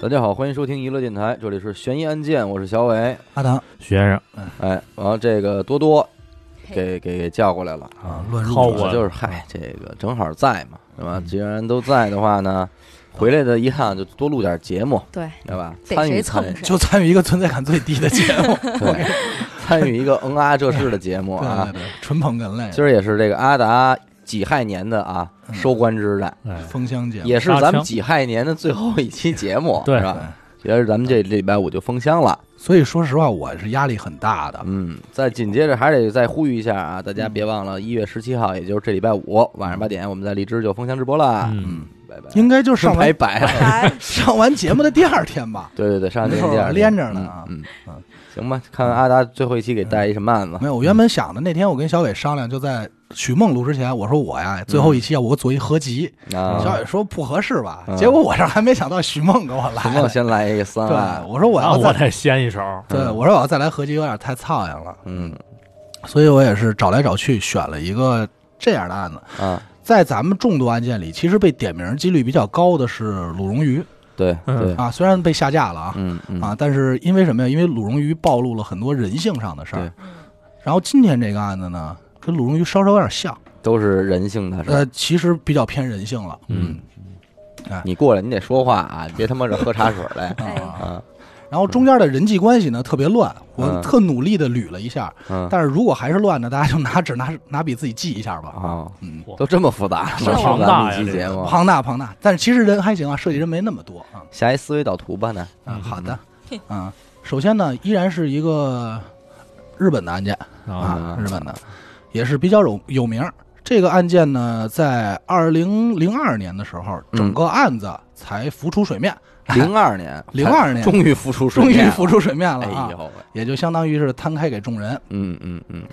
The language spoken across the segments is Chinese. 大家好，欢迎收听娱乐电台，这里是悬疑案件，我是小伟。阿唐徐先生哎，然后这个多多嘿给给给叫过来了，啊，乱入靠了我就是嗨，这个正好在嘛，是吧？既然都在的话呢，回来的一趟就多录点节目，对，对吧？嗯得参与谁参蹭与，谁。就参与一个存在感最低的节目，对， 参与一个嗯啊这事的节目 对对啊。对，纯捧哏类，今儿也是这个阿达己亥年的啊嗯收官之战，哎，封箱节目，也是咱们己亥年的最后一期节目，对是吧？也是咱们这礼拜五就封箱了。所以说实话，我是压力很大的。嗯，再紧接着还得再呼吁一下啊，大家别忘嗯了一月十七号，也就是这礼拜五晚上八点，我们在荔枝就封箱直播啦。嗯，拜拜，应该就是上拜完拜了。 啥？上完节目的第二天吧，对对对，上这个 没错电连着呢啊嗯，嗯嗯行吧，看看阿达最后一期给带一什么案子没。有。我原本想的那天，我跟小伟商量，就在许梦录之前，我说我呀，最后一期啊，我做一合集。小啊，伟说不合适吧嗯，结果我这儿还没想到许梦给我来行了，了。先来一个三啊对案，。我说我那要啊我再，得先一手，啊对我说我要再来合集有点太操样了，嗯所以我也是找来找去选了一个这样的案子。啊，在咱们众多案件里，其实被点名几率比较高的是鲁荣鱼对嗯对，啊，虽然被下架了啊、嗯嗯啊，但是因为什么呀？因为鲁荣鱼暴露了很多人性上的事对儿。然后今天这个案子呢，跟鲁荣鱼稍稍有点像，都是人性的事儿。呃，其实比较偏人性了。嗯，你过来，你得说话啊，你别他妈这喝茶水来哎 啊，啊。然后中间的人际关系呢特别乱，我嗯特努力的捋了一下，嗯但是如果还是乱的，大家就拿 纸拿拿笔自己记一下吧。啊，嗯，都这么复杂，是能上庞大咱呀们一期这个节目，庞大庞大，但是其实人还行啊，涉及人没那么多啊。下一思维导图吧呢。啊，嗯好的，啊，首先呢，依然是一个日本的案件啊，啊，嗯日本的，也是比较有有名儿。这个案件呢，在二零零二年的时候，嗯整个案子才浮出水面， 零二年， 02年终于浮出水终面于了，浮出水面了啊哎，呦喂，也就相当于是摊开给众人。嗯嗯嗯，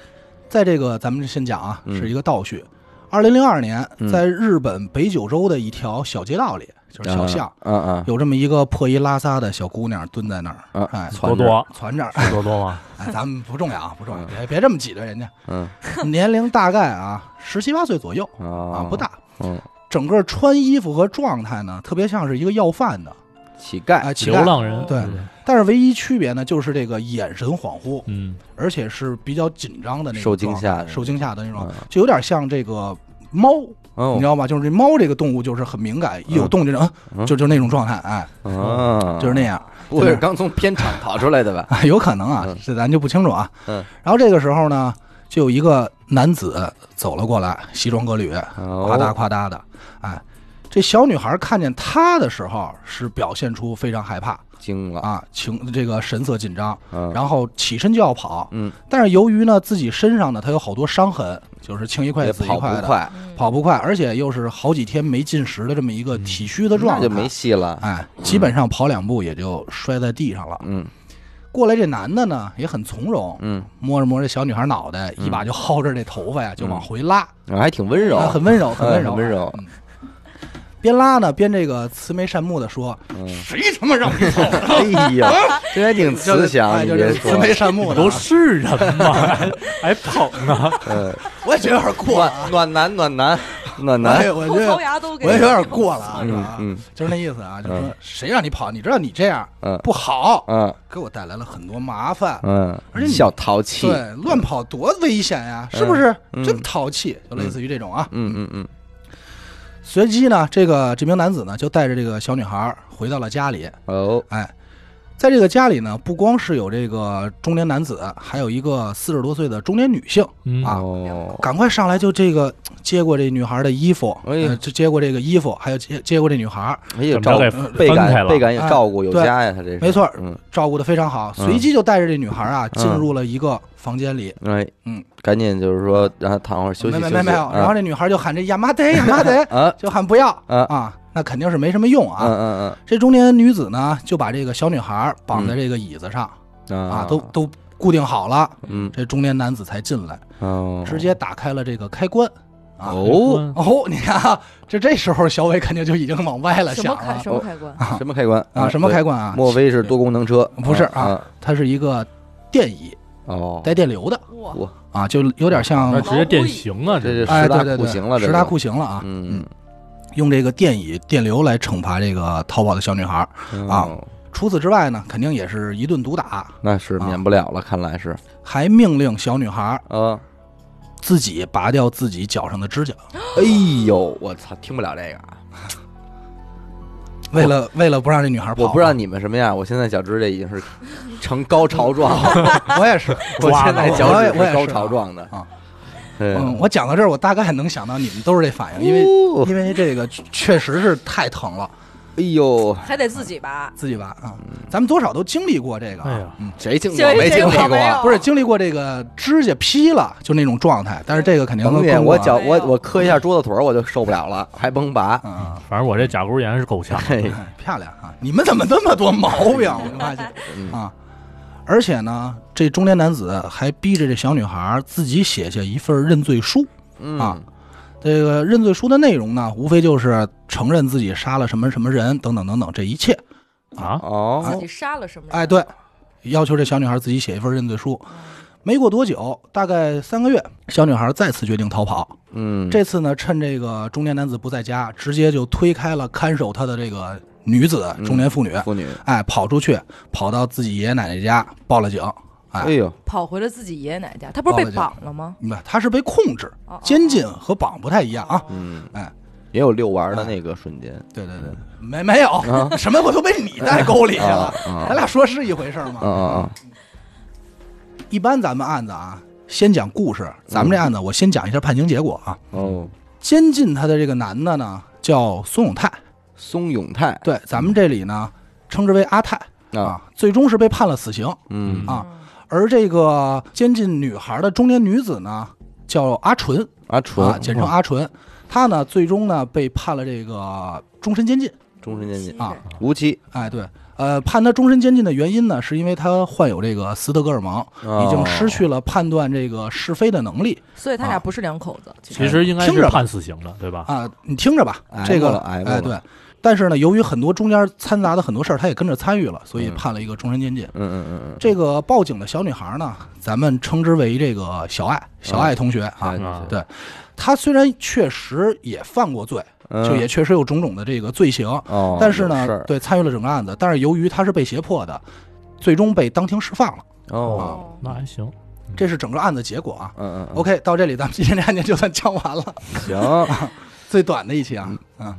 在这个咱们先讲啊，嗯是一个倒叙。二零零二年嗯，在日本北九州的一条小街道里，就是小巷，嗯，嗯有这么一个破衣拉撒的小姑娘蹲在那儿，嗯哎，多攒着，多攒着，是多多吗？哎，咱们不重要啊，不重要，嗯别别这么挤兑人家。嗯年龄大概啊十七八岁左右啊啊，不，大。嗯，整个穿衣服和状态呢，特别像是一个要饭的，乞丐，哎，乞流丐。浪人，对，但是唯一区别呢，就是这个眼神恍惚，嗯，而且是比较紧张的那种受惊吓状态受惊吓的那种嗯，就有点像这个猫，你哦知，道吗？就是这猫这个动物就是很敏感，一有动静就嗯嗯就就那种状态，哎，嗯，就是那样。不会是刚从片场逃出来的吧？ 啊，有可能啊嗯，这咱就不清楚啊。嗯，然后这个时候呢，就有一个男子走了过来，西装革履，夸嗒哦，夸嗒的。哎，这小女孩看见他的时候是表现出非常害怕惊了，啊，情这个神色紧张，嗯，然后起身就要跑。嗯，但是由于呢自己身上呢她有好多伤痕，就是青一块也紫一跑块不的，快，跑不快，而且又是好几天没进食的这么一个嗯体虚的状那就态，没戏了，哎，基本上跑两步也就摔在地上了。嗯过来这男的呢也很从容，嗯，摸着摸着小女孩脑袋，嗯一把就薅着这头发呀，就往回拉，还挺温柔啊，很 温柔，很温哎柔，很温柔嗯。边拉呢边这个慈眉善目的说嗯：“谁他妈让你走 哎 呀，这还挺慈祥，哎你就别是说慈，眉善目你的都啊。是人吗？ 还还捧啊呢？嗯，我也觉得有点过了，暖暖男，暖男，暖啊男，哎呦，我后觉槽得牙都给我也有点过了啊，嗯是吧？嗯就是那意思啊，就嗯说谁让你跑？你知道你这样嗯不好，嗯给我带来了很多麻烦。嗯，而且你小淘气，对，乱跑多危险呀，是不是？嗯真淘气，就类似于这种啊。嗯嗯嗯随即呢，这个这名男子呢就带着这个小女孩回到了家里。哦，哎，在这个家里呢，不光是有这个中年男子，还有一个四十多岁的中年女性。嗯啊哦，赶快上来就这个接过这女孩的衣服，哎呀呃就接过这个衣服，还有接接过这女孩，哎呀，怎么照着给倍分开感倍了？感也照顾有加呀，他这是哎没错嗯，照顾的非常好。嗯随即就带着这女孩啊嗯进入了一个房间里。哎，嗯，赶紧就是说让他躺会儿休息休没没息，嗯没没有，然后这女孩就喊这亚麻得亚麻得，啊就喊不要啊啊，那肯定是没什么用啊嗯啊。嗯这中年女子呢就把这个小女孩绑在这个椅子上嗯啊，都都固定好了。嗯这中年男子才进来，哦，直接打开了这个开关啊。哦，哦，你看啊，这这时候小伟肯定就已经往歪了什想么开了什么开关？什么开关啊，什么？开关啊嗯对？莫非是多功能车？不是啊啊，它是一个电椅哦，带电流的哇我啊，就有点像那直接电刑啊！这这是是十哎，大对对酷对刑了，这十大酷刑了啊。嗯用这个电椅电流来惩罚这个逃跑的小女孩。啊哦，除此之外呢，肯定也是一顿毒打，那是啊免不了了，看来是还命令小女孩啊。自己拔掉自己脚上的指甲，哎呦，我操，听不了这个啊！为了为了不让这女孩跑。我不知道，你们什么样，我现在脚趾这已经是成高潮状， 我也是，我抓现了在我脚我也趾我也是高是潮状的啊。对，嗯，我讲到这儿，我大概能想到你们都是这反应，因为哦因为这个确实是太疼了，哎呦，还得自己拔。自己拔啊，嗯咱们多少都经历过这个哎啊呀，嗯，谁经历谁过？没谁经历我没过有。不是经历过这个指甲劈了就那种状态，但是这个肯定啊甭跟姐，跟我脚我没有我磕一下桌子腿儿我就受不了了，还甭拔。嗯嗯，反正我这甲沟炎是够呛。嘿，哎漂亮啊！你们怎么这么多毛病？我发现 嗯啊，而且呢，这中年男子还逼着这小女孩自己写下一份认罪书。嗯啊这个认罪书的内容呢，无非就是承认自己杀了什么什么人，等等等等，这一切。啊，哦，自己杀了什么人？哎，对，要求这小女孩自己写一份认罪书。没过多久，大概三个月，小女孩再次决定逃跑。嗯，这次呢，趁这个中年男子不在家，直接就推开了看守她的这个女子嗯中年妇女，妇女，哎，跑出去，跑到自己爷爷奶奶家报了警。哎哎呦，跑回了自己爷爷奶奶家，他不是被绑了吗？明白，她是被控制哦哦，监禁和绑不太一样啊。嗯，哎，啊也有遛弯儿的那个瞬间对对对，没没有，什么我都被你带沟里去了啊。啊咱俩说是一回事儿啊啊吗？啊！一般咱们案子啊，先讲故事。咱们这案子，我先讲一下判刑结果啊。哦，监禁他的这个男的呢，叫孙永泰，松永泰对，咱们这里呢称之为阿泰啊，啊，最终是被判了死刑。嗯啊而这个监禁女孩的中年女子呢，叫阿纯阿纯嗯啊，简称阿纯，她呢最终呢被判了这个终身监禁。终身监禁，啊无期，哎，对，呃，判她终身监禁的原因呢，是因为她患有这个斯德哥尔摩，哦已经失去了判断这个是非的能力所以他俩不是两口子。其其实应该听着是吧判死刑的，对吧？啊。你听着吧挨，这过个了挨过哎了对，但是呢，由于很多中间掺杂的很多事儿，她也跟着参与了，所以嗯判了一个终身监禁。嗯嗯嗯嗯，这个报警的小女孩呢，咱们称之为这个小嗯爱，小爱同学啊。啊对她虽然确实也犯过罪，嗯就也确实有种种的这个罪行，哦，但是有事呢，儿对参与了整个案子，但是由于她是被胁迫的，最终被当庭释放了，哦，那还行。这是整个案子结果啊。嗯嗯 OK，到这里咱们今天这案件就算讲完了， 行，最短的一期啊，嗯，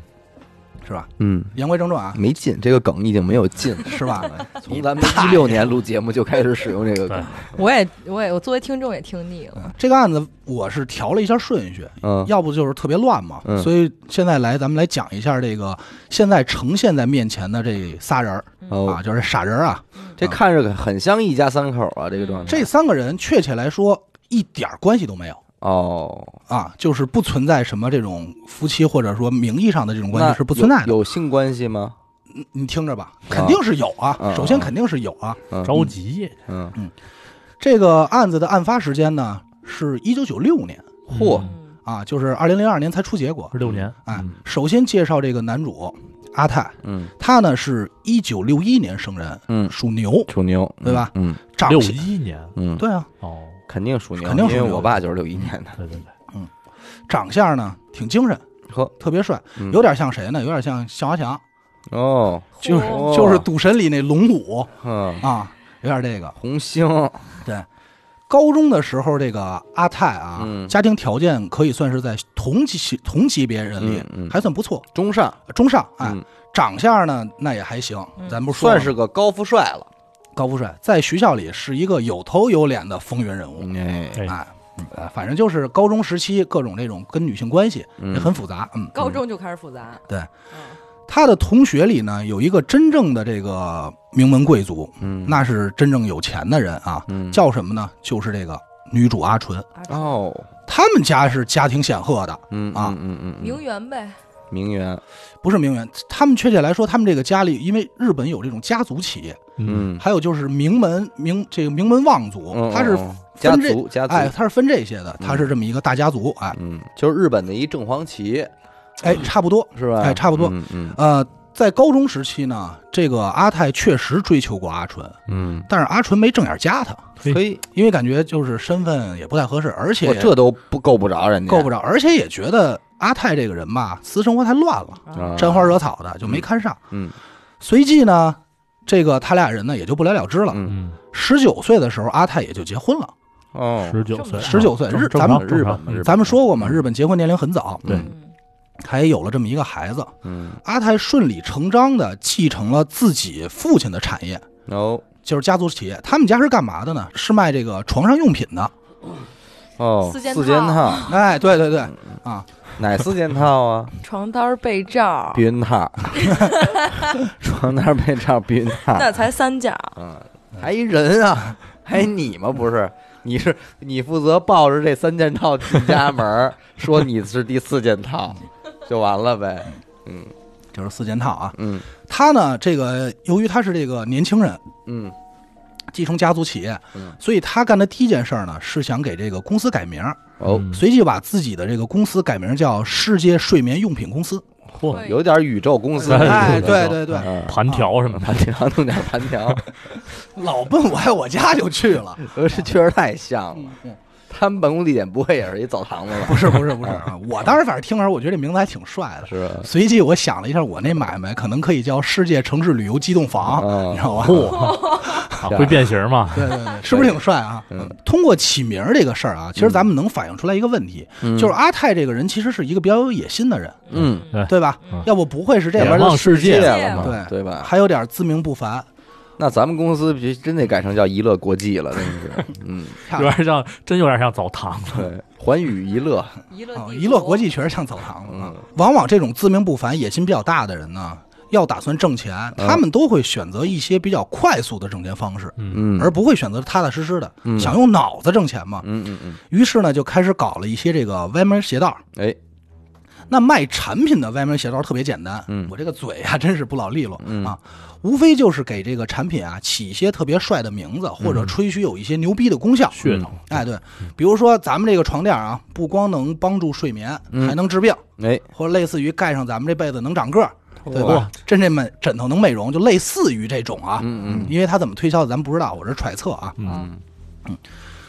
是吧？嗯，言归正传啊，没劲，这个梗已经没有劲 了。是吧？从咱们一六年录节目就开始使用这个梗，我也我也我作为听众也听腻了。嗯这个案子我是调了一下顺序，嗯，要不就是特别乱嘛。嗯所以现在来，咱们来讲一下这个现在呈现在面前的这仨人儿、啊，哦，就是傻人儿啊。这看着很像一家三口啊，这个状态。这三个人确切来说一点儿关系都没有哦，啊，就是不存在什么这种夫妻或者说名义上的这种关那系是不存在的。有有性关系吗？你你听着吧，肯定是有啊。嗯首先嗯肯定是有啊。嗯着急，嗯，这个案子的案发时间呢是一九九六年嚯，嗯啊，就是二零零二年才出结果。是六年，哎嗯，首先介绍这个男主阿泰，嗯他呢是一九六一年生人，嗯，属牛，属牛，对吧？嗯长六相一年嗯，对啊，哦，肯定属牛，肯定属因牛为我爸就是六一年的。对对对，长相呢挺精神，呵，特别帅，嗯有点像谁呢？有点像向华强，哦，就是嚯就是《赌神》里那龙武嗯，啊，有点这个。红星，高中的时候，这个阿泰啊，嗯家庭条件可以算是在同级同级别人里、嗯嗯还算不错，中上，中上哎。嗯，长相呢，那也还行，嗯咱不说了算是个高富帅了。高富帅，在学校里是一个有头有脸的风云人物。哎，哎哎，呃，反正就是高中时期各种这种跟女性关系也很复杂。嗯，高中就开始复杂。对嗯，他的同学里呢，有一个真正的这个名门贵族，嗯，那是真正有钱的人啊，嗯叫什么呢？就是这个女主阿纯，啊哦，他们家是家庭显赫的，嗯啊嗯嗯嗯，名媛呗，名媛，不是名媛。他们确切来说，他们这个家里，因为日本有这种家族企业，嗯，还有就是名门名这个名门望族嗯，他是嗯嗯家分这族家族，哎，他是分这些的，嗯他是这么一个大家族，哎嗯，就是日本的一正黄旗，哎，差不多。是吧？哎差不多嗯嗯呃，在高中时期呢，这个阿泰确实追求过阿纯，嗯，但是阿纯没正眼加他，可以，因为感觉就是身份也不太合适，而哦且我这都不够不着人家，够不着，而且也觉得阿泰这个人吧，私生活太乱了，啊沾花惹草的就没看上。嗯随即呢，这个他俩人呢也就不了了之了。嗯嗯，十九岁的时候，阿泰也就结婚了。哦，十九岁， 19岁正日正咱们常嗯日本嘛正日常本咱们说过嘛，日本结婚年龄很早，对嗯他也有了这么一个孩子。嗯阿泰顺理成章的继承了自己父亲的产业，哦就是家族企业。他们家是干嘛的呢？是卖这个床上用品的。哦，四件四件套套，哎，对对对，哪四件套 啊？床单儿被罩儿，避孕套， 床单被罩，避孕套，那才三角儿，嗯，还一人啊，还你吗？不是，你是你负责抱着这三件套进家门儿，说你是第四件套，就完了呗。嗯就是四件套啊。嗯他呢，这个由于他是这个年轻人，嗯继承家族企业嗯，所以他干的第一件事儿呢，是想给这个公司改名儿，哦，嗯随即把自己的这个公司改名叫世界睡眠用品公司。嚯，有点宇宙公司，哎，哎对对对，嗯，盘条什么的，盘条弄点盘条，老奔我爱我家就去了。不是确实太像了。嗯他们办公地点不会也是一澡堂子 吧？ 不是不是不是啊！我当时反正听着，我觉得这名字还挺帅的。是吧随即我想了一下，我那买卖可能可以叫世界城市旅游机动房，嗯你知道吧？嚯，啊会变形嘛？对对 对，是不是挺帅啊？嗯通过起名儿这个事儿啊，其实咱们能反映出来一个问题，嗯就是阿泰这个人其实是一个比较有野心的人，嗯，对对吧？嗯要不不会是这野样，望世界了嘛，对对吧？还有点自命不凡。那咱们公司必须真得改成叫娱乐国际了，真是，嗯，有点像，真有点像澡堂子。对，环宇娱乐，娱啊乐娱乐国际确实像澡堂子啊嗯。往往这种自命不凡、野心比较大的人呢，要打算挣钱，嗯他们都会选择一些比较快速的挣钱方式，嗯，嗯，而不会选择踏踏实实的，嗯想用脑子挣钱嘛。嗯嗯嗯，于是呢，就开始搞了一些这个歪门邪道。哎，那卖产品的歪门邪道特别简单，嗯我这个嘴啊真是不老利落、嗯啊，无非就是给这个产品啊起一些特别帅的名字，或嗯者吹嘘有一些牛逼的功效。噱头，哎，对，比如说咱们这个床垫啊，不光能帮助睡眠，嗯还能治病，哎，或者类似于盖上咱们这被子能长个儿，对哇吧？真这美枕头能美容，就类似于这种啊。嗯嗯因为他怎么推销的咱不知道，我这揣测啊。嗯，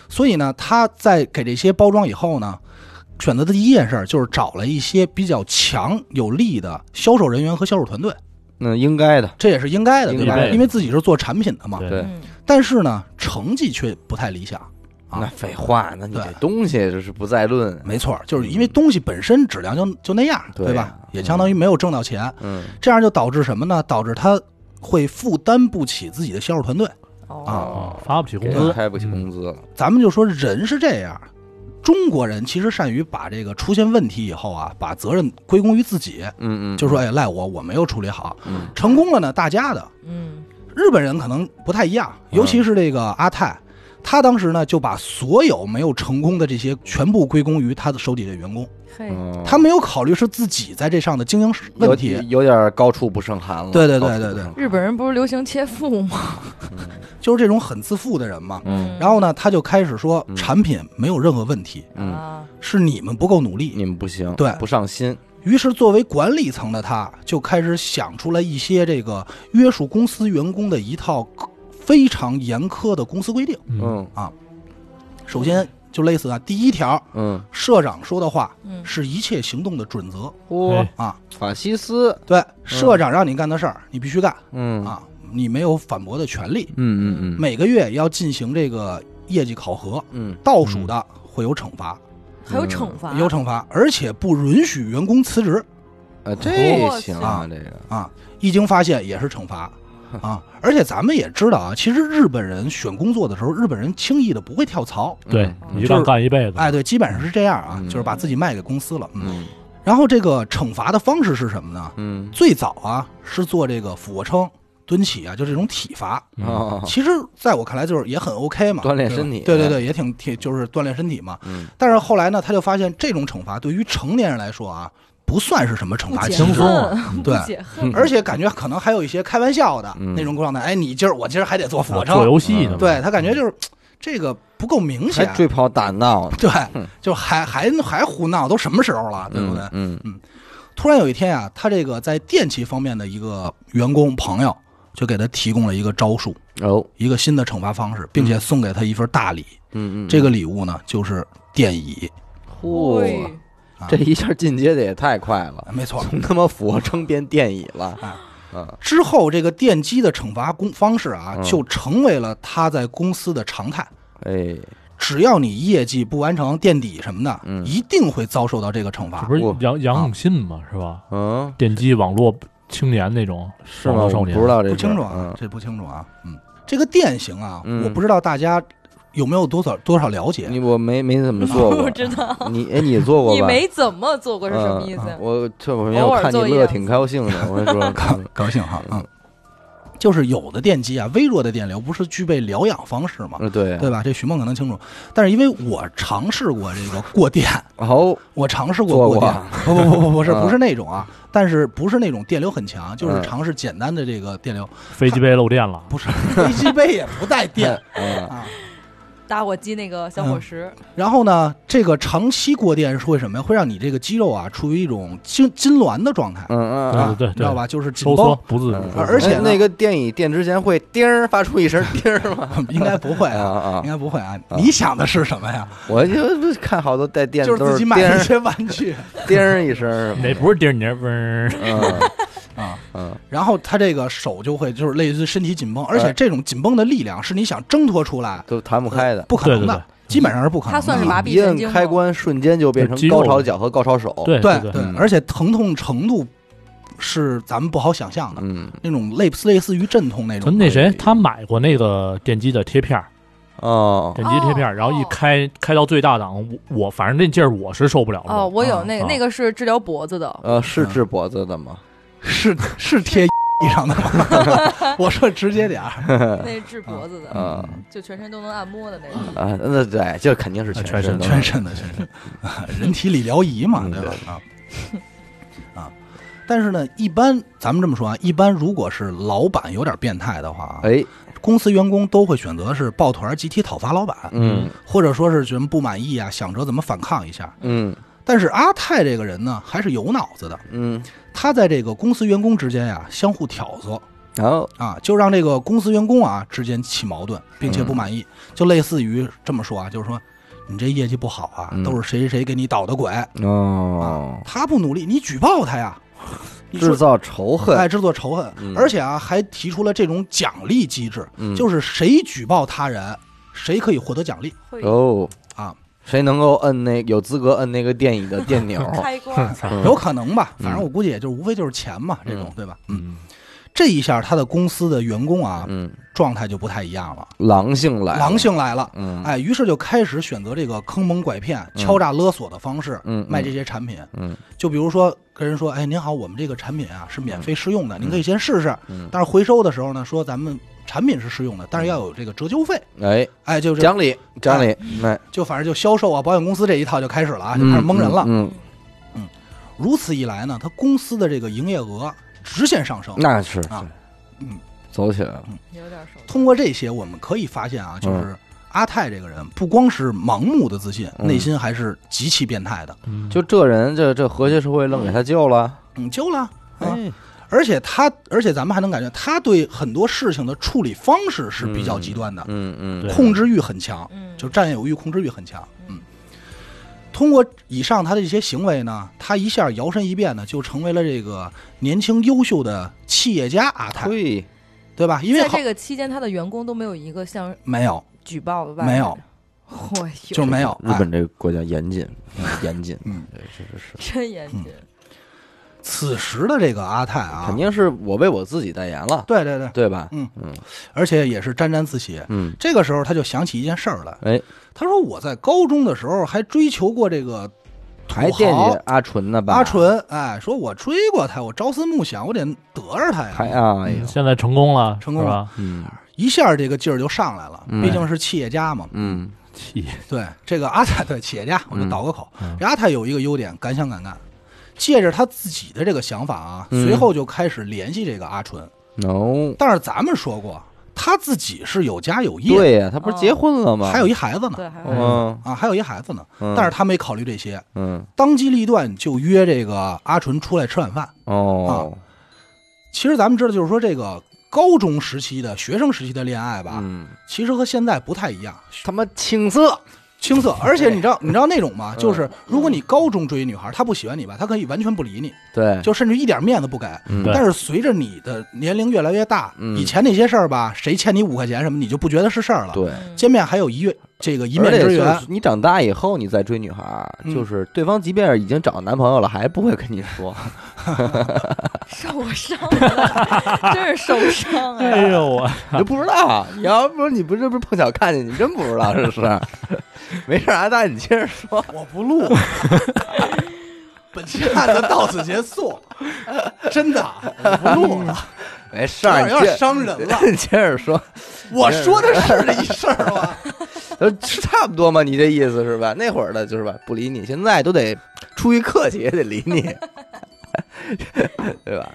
所以呢，他在给这些包装以后呢，选择的第一件事儿就是找了一些比较强有力的销售人员和销售团队，那应该的，这也是应该的，对应吧？该的因为自己是做产品的嘛。对对，嗯但是呢，成绩却不太理想。啊那废话，那你对这东西就是不再论，没错，就是因为东西本身质量就就那样，对对吧呀？也相当于没有挣到钱，嗯这样就导致什么呢？导致他会负担不起自己的销售团队。哦啊啊，发不起工给资，开不起工资了，咱们就说人是这样，中国人其实善于把这个出现问题以后啊，把责任归功于自己，嗯嗯，就说哎赖我，我没有处理好，嗯成功了呢大家的。嗯日本人可能不太一样，尤其是这个阿泰。他当时呢，就把所有没有成功的这些全部归功于他的手底下员工，嘿嗯，他没有考虑是自己在这上的经营问题有，有点高处不胜寒了，对对对高处不对对胜寒日本人不是流行切腹吗？就是这种很自负的人嘛。嗯然后呢，他就开始说嗯产品没有任何问题，嗯，啊，是你们不够努力。你们不行，对不上心，于是，作为管理层的他，就开始想出来一些这个约束公司员工的一套非常严苛的公司规定。嗯，嗯首先就类似啊，第一条，嗯，社长说的话嗯是一切行动的准则嚯哎，啊。法西斯，对，社长让你干的事儿，你必须干嗯啊，你没有反驳的权利。嗯嗯嗯每个月要进行这个业绩考核，嗯，倒数的会有惩罚。还有惩罚，嗯有惩罚，而且不允许员工辞职啊，这哇行塞啊，这个，啊。一经发现也是惩罚啊。而且咱们也知道啊，其实日本人选工作的时候，日本人轻易的不会跳槽。对，你就是就干干一辈子，哎，对，基本上是这样啊，嗯就是把自己卖给公司了。嗯，嗯然后这个惩罚的方式是什么呢？嗯，最早啊是做这个俯卧撑、蹲起啊，就这种体罚。嗯哦，其实在我看来就是也很 OK 嘛，锻炼对吧身体对对对，也挺挺就是锻炼身体嘛。嗯但是后来呢，他就发现这种惩罚对于成年人来说啊，不算是什么惩不罚解机制，轻松恨，不对解 恨，而且感觉可能还有一些开玩笑的嗯那种状态。哎，你今儿我今儿还得做俯卧啊做撑，游戏呢，对他感觉就是这个不够明还显，追跑打闹呢， 对，就还还还胡闹，都什么时候了，对不对？嗯嗯突然有一天啊，他这个在电器方面的一个员工朋友就给他提供了一个招数，哦，一个新的惩罚方式，并且送给他一份大礼。嗯嗯嗯，这个礼物呢，就是电椅。嚯，嘿啊这一下进阶的也太快了，没错。从他妈俯卧撑变电椅了啊。嗯，之后，这个电击的惩罚工方式啊，嗯就成为了他在公司的常态。哎，只要你业绩不完成、垫底什么的，嗯一定会遭受到这个惩这罚。不是我杨杨永信吗？是吧？嗯，电击网络青年那种，是网吗？络我少不年知道这不事儿清楚啊嗯，这不清楚啊。嗯，这个电刑啊，嗯我不知道大家有没有多少多少了解。你我没没怎么做我过，知道。你哎你做过吧？你没怎么做过是什么意思？嗯我这我偶我尔看你做一乐两次挺高兴的，我跟你说，高高兴哈，嗯，就是有的电机啊，微弱的电流不是具备疗养方式吗？嗯，对，对吧？这徐梦可能清楚，但是因为我尝试过这个过电， 好，我尝试做过过过电，不不不不不是嗯不是那种啊，但是不是那种电流很强，就是嗯尝试简单的这个电流，飞机杯漏电了，不是飞机杯也不带电嗯，啊。打火机那个小火石，然后呢，这个长期过电是会什么呀？会让你这个肌肉啊处于一种痉痉挛的状态，嗯嗯啊嗯对对对你知道吧？就是紧收缩绷，不自主嗯，，而哎且呢那个电椅电之前会叮儿发出一声叮 儿吗？应该不会啊啊，啊应！该不会啊。啊你想的是什么呀？啊我就看好多带电就都是自己叮买的一儿些玩具叮儿一声，那不是盯着你那嗡儿，嗯啊，嗯然后他这个手就会就是类似身体紧绷，而且哎这种紧绷的力量是你想挣脱出来都弹不开的。不可能对对的，基本上是不可能的。它算是麻痹一摁神经吗开关，瞬间就变成肌肉高潮脚和高潮手。，对对对，嗯而且疼痛程度是咱们不好想象的，嗯那种类似类似于阵痛那就种的。那谁他买过那个电机的贴片儿，哦，电机贴片儿，哦然后一哦开开到最大档，我我反正那劲儿我是受不了 哦，了。我有那啊个，那个是治疗脖子的，呃，是嗯治脖子的吗？是是贴衣裳的吗？ 我说直接点儿，那是治脖子嗯的，啊就全身都能按摩的那种。啊，那对，这肯定是全身身的，啊全身的全身的，人体理疗仪嘛，嗯对吧？啊啊，但是呢，一般咱们这么说啊，一般如果是老板有点变态的话啊，哎，公司员工都会选择是抱团集体讨伐老板，嗯或者说是觉得不满意啊，想着怎么反抗一下。嗯但是阿泰这个人呢，还是有脑子的，嗯，他在这个公司员工之间呀、相互挑唆然后啊，就让这个公司员工啊之间起矛盾，并且嗯不满意，就类似于这么说啊，就是说你这业绩不好啊嗯，都是谁谁谁给你捣的鬼，哦，他不努力，你举报 他呀，啊你制说造仇哎恨，制作仇恨，嗯而且啊还提出了这种奖励机制，嗯就是谁举报他人，谁可以获得奖励。会哦啊，谁能够摁那有资格摁那个电椅的电 钮？开关，嗯有可能吧，嗯反正我估计也就是无非就是钱嘛，这种嗯对吧？嗯，嗯，这一下他的公司的员工啊，嗯，状态就不太一样了，狼性来，狼，性来了，嗯，哎，于是就开始选择这个坑蒙拐骗、嗯敲诈勒索的方式嗯，卖这些产品。嗯，就比如说跟人说，哎，您好，我们这个产品啊是免费试用的，您可以先试试，嗯，但是回收的时候呢，说咱们产品是试用的，但是要有这个折旧费。哎，哎，就是讲理，讲理，哎，就反正就销售啊，保险公司这一套就开始了啊，就开始蒙人了。嗯，嗯如此一来呢，他公司的这个营业额直线上升。那是啊，嗯，走起来了，有点手。通过这些，我们可以发现啊，就是阿泰这个人不光是盲目的自信，嗯内心还是极其变态的。嗯就这人，这这和谐社会愣给他救了，嗯，救了。啊！哎，而且他，而且咱们还能感觉他对很多事情的处理方式是比较极端的，嗯嗯，对控制欲很强，嗯，就占有欲、控制欲很强。嗯，通过以上他的这些行为呢，他一下摇身一变呢，就成为了这个年轻优秀的企业家阿泰，对，对吧？因为在好这个期间，他的员工都没有一个像没有举报的外没 有，，嚯哟，就是没有。日哎本这个国家严谨，严谨，嗯对，确实是，真严谨，此时的这个阿泰啊，肯定是我为我自己代言了，对对对，对吧？而且也是沾沾自喜。嗯，这个时候他就想起一件事儿来，哎，他说我在高中的时候还追求过这个还土惦记豪阿纯呢吧？阿，纯，哎，说我追过他，我朝思暮想，我得得着他还呀。哎呀，现在成功了，成功是了吧？嗯一下这个劲儿就上来了，嗯毕竟是企业家嘛。嗯，气，对，这个阿泰对企业家，我就嗯倒个口。嗯这阿泰有一个优点，敢想敢干。借着他自己的这个想法啊，嗯随后就开始联系这个阿纯。 no，但是咱们说过，他自己是有家有业，对呀，他不是结婚了吗？还有一孩子呢对，还有嗯，啊，还有一孩子呢。嗯，但是他没考虑这些，嗯当机立断就约这个阿纯出来吃晚饭。哦，其实咱们知道，就是说这个高中时期的学生时期的恋爱吧，嗯，其实和现在不太一样。他妈青涩，青涩。而且你知道，你知道那种吗？嗯就是如果你高中追女孩，她不喜欢你吧，她可以完全不理你，对，就甚至一点面子不给。嗯对但是随着你的年龄越来越大，嗯以前那些事儿吧，谁欠你五块钱什么，你就不觉得是事儿了。对。嗯见面还有一月这个一而面且之就缘是，你长大以后，你再追女孩儿，嗯就是对方即便是已经找男朋友了，还不会跟你说。受我伤了， 真是受伤啊！哎呦我，你就不知道，你要不你不是不是碰巧看见，你真不知道是不是？没事儿，阿大，你接着说。我不录。 本期案子到此结束，真的我不录了，没事儿，你有点接伤人了。你接着说，我说的是这一事儿啊吗？呃是差不多嘛？你这意思是吧？那会儿的就是吧，不理你，现在都得出于客气也得理你，对吧？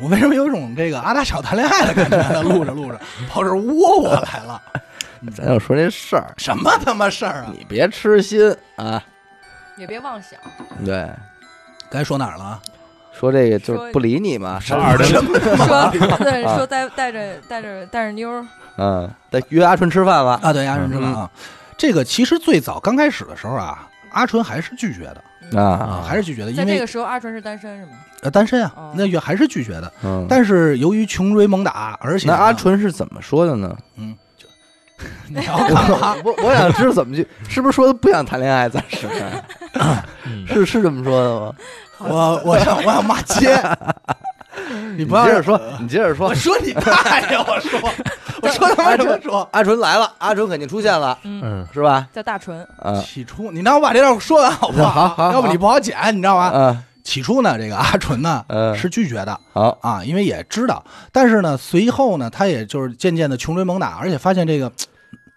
我为什么有一种这个阿大少谈恋爱的感觉呢？ 录着录着跑这儿窝我来了，咱要说这事儿，什么他妈事儿啊？你别痴心啊。也别妄想，对，该说哪儿了啊？说这个就是不理你嘛，说二的什么他 妈说对啊说带带着带着带着妞儿，嗯，得约阿春吃饭了。啊，对，阿纯吃饭啊。这个其实最早刚开始的时候啊，阿纯还是拒绝的，啊，还是拒绝的，嗯在因这为个时候阿纯是单身是吗？呃单身啊哦，那也还是拒绝的。嗯，但是由于穷追猛打，而且那呢阿，纯是怎么说的呢？你要干 嘛？我我想知道怎么去，是不是说不想谈恋爱暂时？嗯是是这么说的吗？我我想我想骂 街，你你不要接着说，你接着说我。说你大爷！我 说，我说他妈什么说？阿纯来了，阿纯肯定出现了，嗯，嗯，是吧？叫大纯，啊起初，你让我把这段说完好不好好好要不你不好剪，你知道吗？啊起初呢，这个阿 纯呢嗯是拒绝的好，啊，因为也知道，但是呢，随后呢，他也就是渐渐的穷追猛打，而且发现这个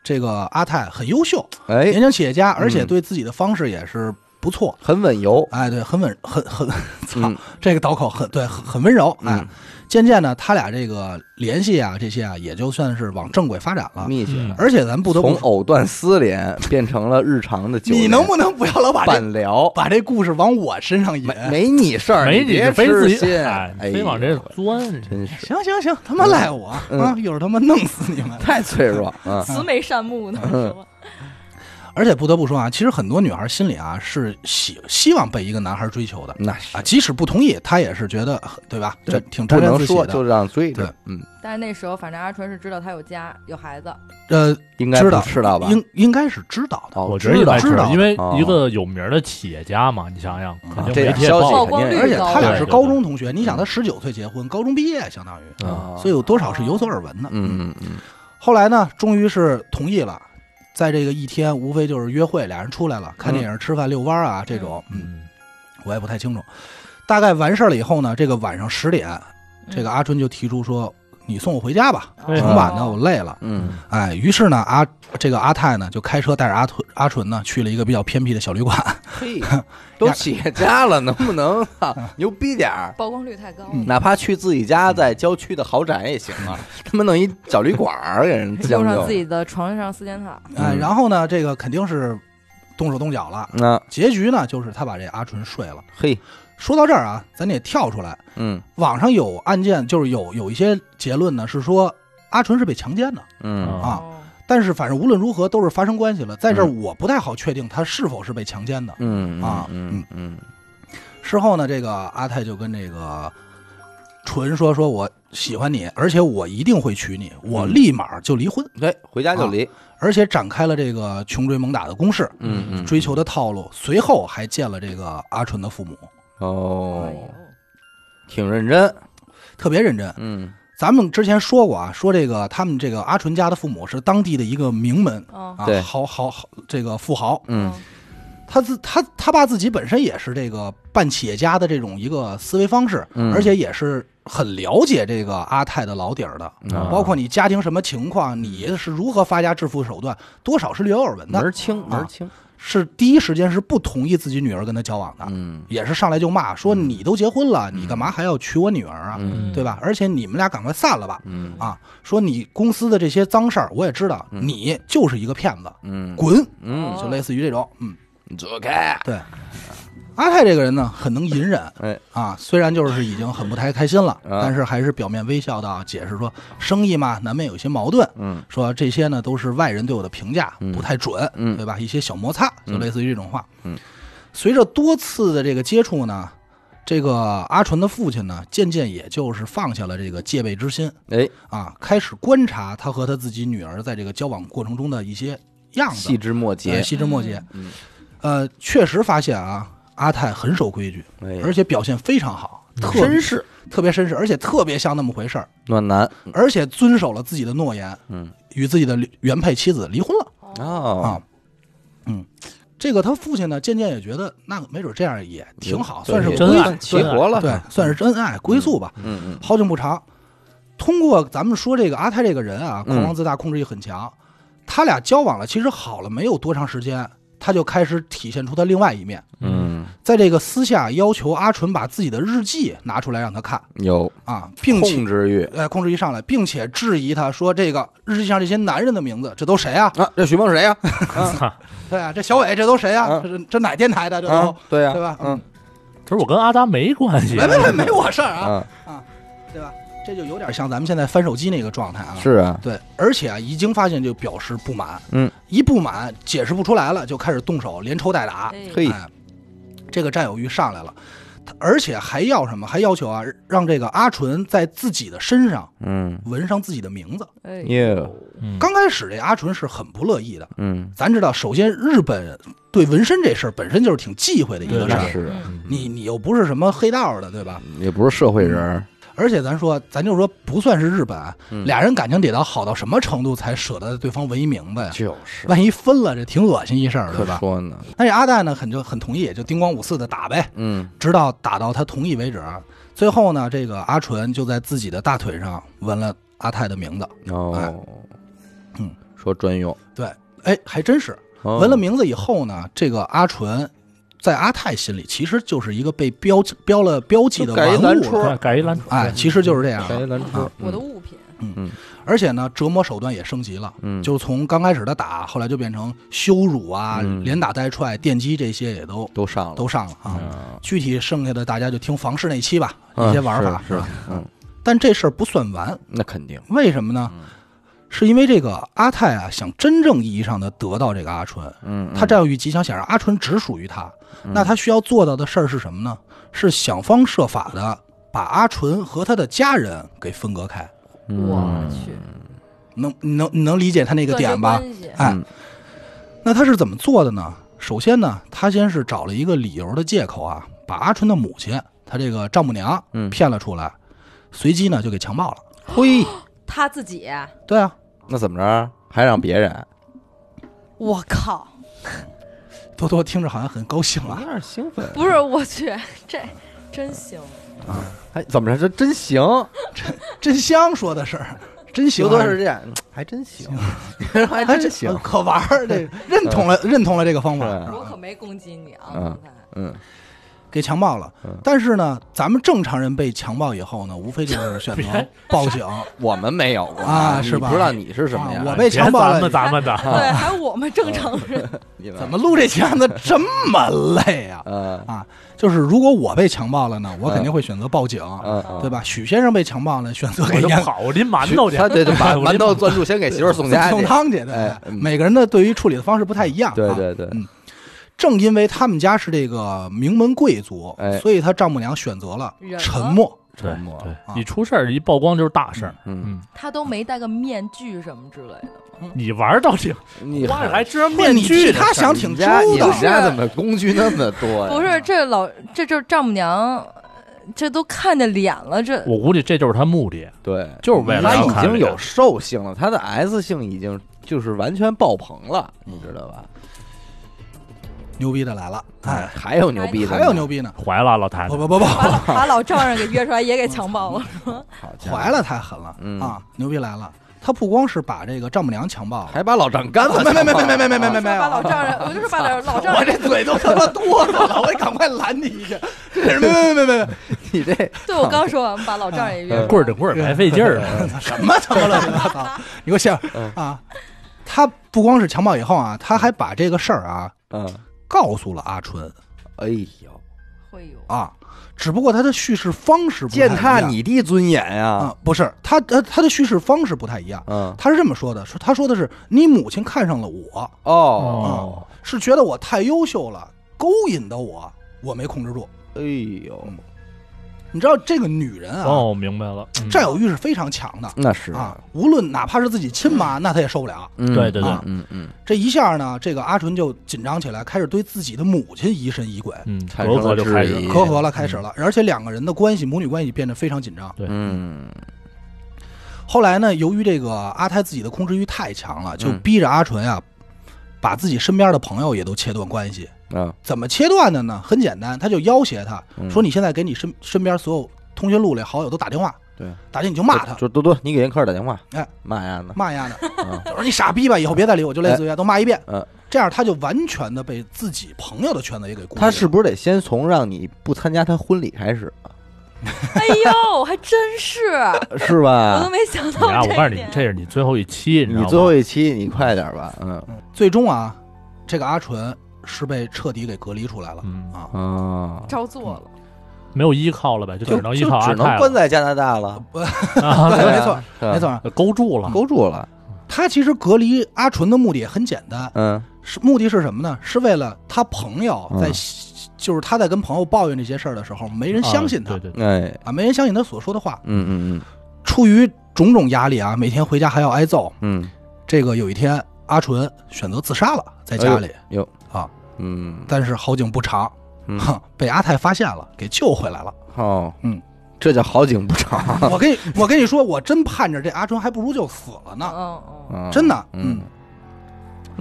这个阿泰很优秀，哎年，轻企业家，而且嗯对自己的方式也是不错。很稳油，哎，对，很稳， 很很，操嗯，这个刀口很对，很很温柔。哎嗯，渐渐呢，他俩这个联系啊，这些啊，也就算是往正轨发展了。密切了。而且咱嗯不得不从哦说，藕断丝连变成了日常的酒，你能不能不要老把这半聊？把这故事往我身上引没？没你事儿，没你你别嗯就非痴自己，心，哎，哎非往这呦钻，真是行行行，他妈赖我嗯啊！一会儿他妈弄死你们。太脆弱 啊！慈眉善目呢，是嗯吧？而且不得不说啊，其实很多女孩心里啊是希希望被一个男孩追求的那是啊，即使不同意，她也是觉得对吧？对这挺不沾沾能自喜说，的。就让追着对，嗯，但是那时候反正阿纯是知道他有家有孩子，呃，应该知道不知道吧？应应该是知道的。哦我觉得应知道该知道因为哦一个有名的企业家嘛，你想想，啊肯这定媒样体也消息报曝道光肯率定而且高他俩是对对高对中同学，你想嗯他十九岁结婚，高中毕业相当于，嗯，啊所以有多少是有所耳闻的。嗯嗯嗯，后来呢，终于是同意了，在这个一天，无非就是约会，俩人出来了，看嗯电影、吃饭、遛弯啊这种，嗯，嗯，我也不太清楚。大概完事儿了以后呢，这个晚上十点，嗯这个阿春就提出说：“你送我回家吧，哦哎 挺晚的，我累了。”嗯，哎，于是呢，阿这个阿泰呢就开车带着阿春阿纯呢去了一个比较偏僻的小旅馆，嘿，都企业家了，能不能啊牛逼点儿？曝光率太嗯高了。嗯哪怕去自己家在郊区的豪宅也行啊，他们弄一小旅馆儿给人又将让就自。己的床上四件套，哎，嗯然后呢，这个肯定是动手动脚了。那结局呢，就是他把这阿纯睡了。嘿，说到这儿啊，咱得跳出来，嗯网上有案件，就是有有一些结论呢，是说阿纯是被强奸的，嗯啊哦但是反正无论如何都是发生关系了，在这儿我不太好确定他是否是被强奸的。嗯啊嗯嗯事后呢，这个阿泰就跟这个纯说：“说我喜欢你，而且我一定会娶你，我立马就离婚。嗯，对，回家啊就离，而且展开了这个穷追猛打的攻势，嗯嗯，追求的套路。随后还见了这个阿纯的父母，哎哦呦，挺认真，特别认真。嗯咱们之前说过啊，说这个他们这个阿纯家的父母是当地的一个名门哦啊对，豪豪豪这个富豪，嗯哦他自他他爸自己本身也是这个办企业家的这种一个思维方式，嗯而且也是很了解这个阿泰的老底儿的，啊嗯包括你家庭什么情况，你是如何发家致富手段，多少是略有耳闻门的，儿清啊门儿清，是第一时间是不同意自己女儿跟他交往的，嗯也是上来就骂说你都结婚了，你干嘛还要娶我女儿啊，嗯对吧？而且你们俩赶快散了吧，嗯啊，说你公司的这些脏事儿我也知道，嗯你就是一个骗子，嗯滚，嗯，就类似于这种，嗯。你走开，对，阿泰这个人呢，很能隐忍，哎啊，虽然就是已经很不太开心了，啊但是还是表面微笑的解释说，生意嘛，难免有一些矛盾，嗯说这些呢都是外人对我的评价嗯不太准，嗯对吧？一些小摩擦，嗯就类似于这种话。嗯随着多次的这个接触呢，这个阿纯的父亲呢，渐渐也就是放下了这个戒备之心哎，啊，开始观察他和他自己女儿在这个交往过程中的一些样子，细枝末哎节，细枝末节。嗯呃，确实发现啊，阿泰很守规矩，哎，嗯而且表现非常好，特绅士特别绅士，而且特别像那么回事儿，暖男，而且遵守了自己的诺言，嗯与自己的原配妻子离婚了。哦啊，嗯，这个他父亲呢，渐渐也觉得那没准这样也挺好，对算是真归爱齐活了，对，算是真爱归宿吧。嗯嗯好景不长，通过咱们说这个阿泰这个人啊，嗯狂妄自大，控制欲很强，他俩交往了，其实好了没有多长时间，他就开始体现出他另外一面，嗯，在这个私下要求阿纯把自己的日记拿出来让他看嗯有啊，并且控制欲呃控制欲上来，并且质疑他说这个日记上这些男人的名字，这都谁啊？啊，这许梦谁呀？操对啊，这小伟这都谁啊？啊这这哪电台的？ 这都、啊，对呀，对吧嗯这我跟阿达没关系没，没 没没我事儿啊，啊，对吧？这就有点像咱们现在翻手机那个状态啊。是啊，对，而且啊，已经发现就表示不满，嗯，一不满解释不出来了，就开始动手，连抽带打，哎嘿哎，这个占有欲上来了，他而且还要什么？还要求啊，让这个阿纯在自己的身上嗯纹上自己的名字。哎， ，you，嗯刚开始这阿纯是很不乐意的，嗯，咱知道，首先日本对纹身这事儿本身就是挺忌讳的一个对事那儿，是啊嗯你你又不是什么黑道的，对吧？也不是社会人儿，而且咱说，咱就说不算是日本啊，嗯俩人感情得到好到什么程度才舍得对方纹一名字呀？就是万一分了，这挺恶心一事儿，对可吧？说呢，嗯但是阿戴呢，很就很同意，就叮咣五四的打呗，嗯直到打到他同意为止。最后呢，这个阿纯就在自己的大腿上纹了阿泰的名字。哦，哎嗯，说专用，对，哎，还真是哦纹了名字以后呢，这个阿纯在阿泰心里其实就是一个被标标了标记的就改一玩蓝戳物，啊改改一篮球，哎，其实就是这样。谁蓝车啊，我的物品，而且呢，折磨手段也升级了。嗯，就从刚开始的打，后来就变成羞辱啊、嗯连打带踹、电击这些也都都上了，都上了啊。啊具体剩下的大家就听房事那期吧，嗯一些玩法。是是啊嗯，但这事儿不算完，那肯定，为什么呢？是因为这个阿泰啊，想真正意义上的得到这个阿春，嗯，他占有欲极强，想让阿春只属于他。那他需要做到的事儿是什么呢？是想方设法的把阿纯和他的家人给分隔开。嗯我去，能你能你能理解他那这个点吧？哎，嗯那他是怎么做的呢？首先呢，他先是找了一个理由的借口啊，把阿春的母亲，他这个丈母娘，嗯骗了出来，随即呢就给强暴了。 嘿，他自己，对啊，那怎么着还让别人？我靠，多多听着好像很高兴啊，点兴奋，不是我去，这 真行，还哎怎么着？这真行，真香说的是，真 行刘啊，多是这 样，还真 行，还还真行，可玩 儿，这认同了，认同了这个方法，是啊是吧我可没攻击你啊，嗯刚才嗯，给强暴了嗯。但是呢，咱们正常人被强暴以后呢，无非就是选择报警。我们没有过啊是吧你不知道你是什么样，啊我被别强暴了咱们咱们的，对，还有我们正常 人，你们怎么录这期案子这么累啊？呃就是如果我被强暴了呢，我肯定会选择报警，嗯，啊对吧？许先生被强暴了，选择给我就人家跑，我拎馒头去，他得把 我馒拎头攥住，先给媳妇儿送家去送。汤去。对，哎嗯每个人的对于处理的方式不太一样、啊。对对对，正因为他们家是这个名门贵族，哎所以他丈母娘选择了忍了沉默。沉默对了，啊对，一出事儿一曝光就是大事儿。嗯，嗯，他都没戴个面具什么之类的，你玩儿到底，你花儿还知道不是面你具去呢，嗯他想挺你周家你到们，家怎么工具那么多呀？不是这老这就是丈母娘，呃这都看见脸了，这我估计这就是他目的，对，就是为了他让已看经这有个兽性了，他的 S 性已经就是完全爆棚了，你知道吧？牛逼的来了，哎，还有牛逼的呢，还有牛逼呢！怀了老太太不。不不不，把老把老丈人给约出来，也给强暴了。 好家伙，怀了太狠了、嗯啊！牛逼来了，他不光是把这个丈母娘强暴了，还把老丈杆子，没啊没没没没没没没没说没有把老丈人，我就是把 老老丈我人，这嘴都他妈哆嗦了，我得赶快拦你一下。这人没没没没没你这对我刚说完，把老丈人也约出呃 来。棍儿整棍儿白费劲儿嗯了，没， 什么他妈乱七八糟！ 你给我笑嗯啊！他不光是强暴以后啊，他还把这个事儿啊嗯，告诉了阿春。哎呦，会有啊，只不过它的叙事方式不太践一踏样你的尊严呀！啊，不是它它它的叙事方式不太一样。嗯，他是这么说的，说他说的是你母亲看上了我，哦，哦，是觉得我太优秀了，勾引的我，我没控制住。哎呦，你知道这个女人啊，哦，明白了，嗯占有欲是非常强的那是啊，，无论哪怕是自己亲妈，那她也受不了。嗯对对对啊嗯嗯，这一下呢，这个阿纯就紧张起来，开始对自己的母亲疑神疑鬼，嗯，产生了隔阂就质开始疑了，隔阂了，开始了，而且两个人的关系，母女关系变得非常紧张。对，嗯后来呢，由于这个阿泰自己的控制欲太强了，就嗯逼着阿纯啊，把自己身边的朋友也都切断关系。啊，怎么切断的呢？很简单，他就要挟他嗯说：“你现在给你身身边所有通讯录里好友都打电话，对，打电话你就骂他，就多多，你给人科尔打电话，哎，骂呀呢，骂丫的，嗯 就说你傻逼吧，以后别再理我，就类似于都骂一遍。嗯这样他就完全的被自己朋友的圈子也给孤立了。他是不是得先从让你不参加他婚礼开 始啊，哎呦，还真是，是我都吧？没想啊你啊，到我告诉这哦你一点，。这是你最后一期，知道你吗最后一期，你快点吧，嗯最终啊，这个阿纯是被彻底给隔离出来了、嗯啊，哦，照做了，没有依靠了呗，就就只能依靠就阿只能泰关啊了，在加拿大了，对，对没啊错，没，错。呃勾住了，勾住了，他其实隔离阿纯的目的也很简单，嗯是目的是什么呢？是为了他朋友在嗯西，就是他在跟朋友抱怨这些事儿的时候，没人相信他啊对对对，哎，啊，没人相信他所说的话。嗯嗯出于种种压力啊，每天回家还要挨揍。嗯这个有一天，阿纯选择自杀了，在家里。有啊，嗯但是好景不长，嗯哼，被阿泰发现了，给救回来了。 哦，嗯，这叫好景不 长，我跟你我跟你说，我真盼着这阿纯还不如就死了呢。嗯嗯，嗯真的嗯嗯，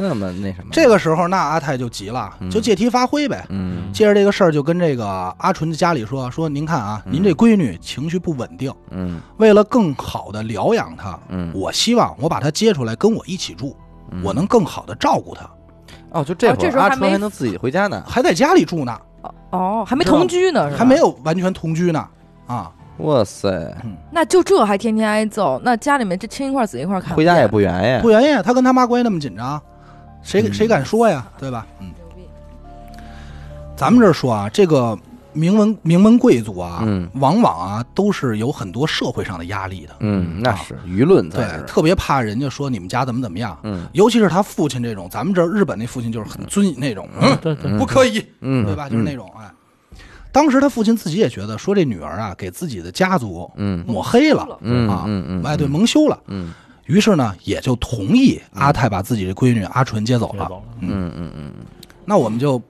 那么那什么，这个时候，那阿泰就急了，嗯就借题发挥呗。嗯借着这个事儿，就跟这个阿纯的家里说说，您看啊，您这闺女情绪不稳定，嗯为了更好的疗养她，嗯，我希望我把她接出来跟我一起住，嗯我能更好的照顾她。哦，就这哦会这儿时候阿还春还没能自己回家呢，还在家里住呢，哦，还没同居呢，是啊吧还没，有完全同居呢啊！哇塞，那就这还天天挨揍，那家里面这亲一块儿死一块儿看，回家也不远呀，不原因，他跟他妈关系那么紧张，谁哎嗯敢谁敢说呀？对吧？嗯，牛逼，咱们这儿说啊，这个名门名门贵族啊，嗯往往啊都是有很多社会上的压力的，嗯，那是舆论在这哦对，儿，特别怕人家说你们家怎么怎么样，嗯尤其是他父亲这种，咱们这儿日本那父亲就是很遵义那种，嗯，对对，嗯不可以，嗯，对吧？就是那种，种哎。当时他父亲自己也觉得，说这女儿啊给自己的家族嗯抹黑了，嗯啊嗯嗯，哎，对，蒙羞了。嗯于是呢，也就同意阿泰把自己的闺女阿纯接走别了。走了，嗯嗯嗯那我们就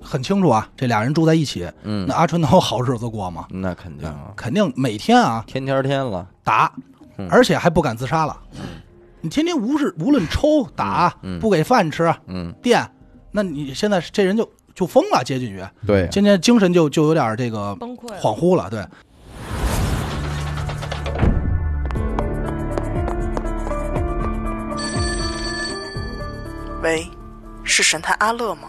很清楚啊，这俩人住在一起，嗯，那阿纯能有好日子过吗？那肯定啊，肯定每天啊天天天了，打嗯，而且还不敢自杀了。你天天无视，无论抽打嗯嗯，不给饭吃，嗯，电，那你现在这人就就疯了，接近于对今天精神就就有点这个崩溃了，恍惚了，对。喂，是神探阿乐吗？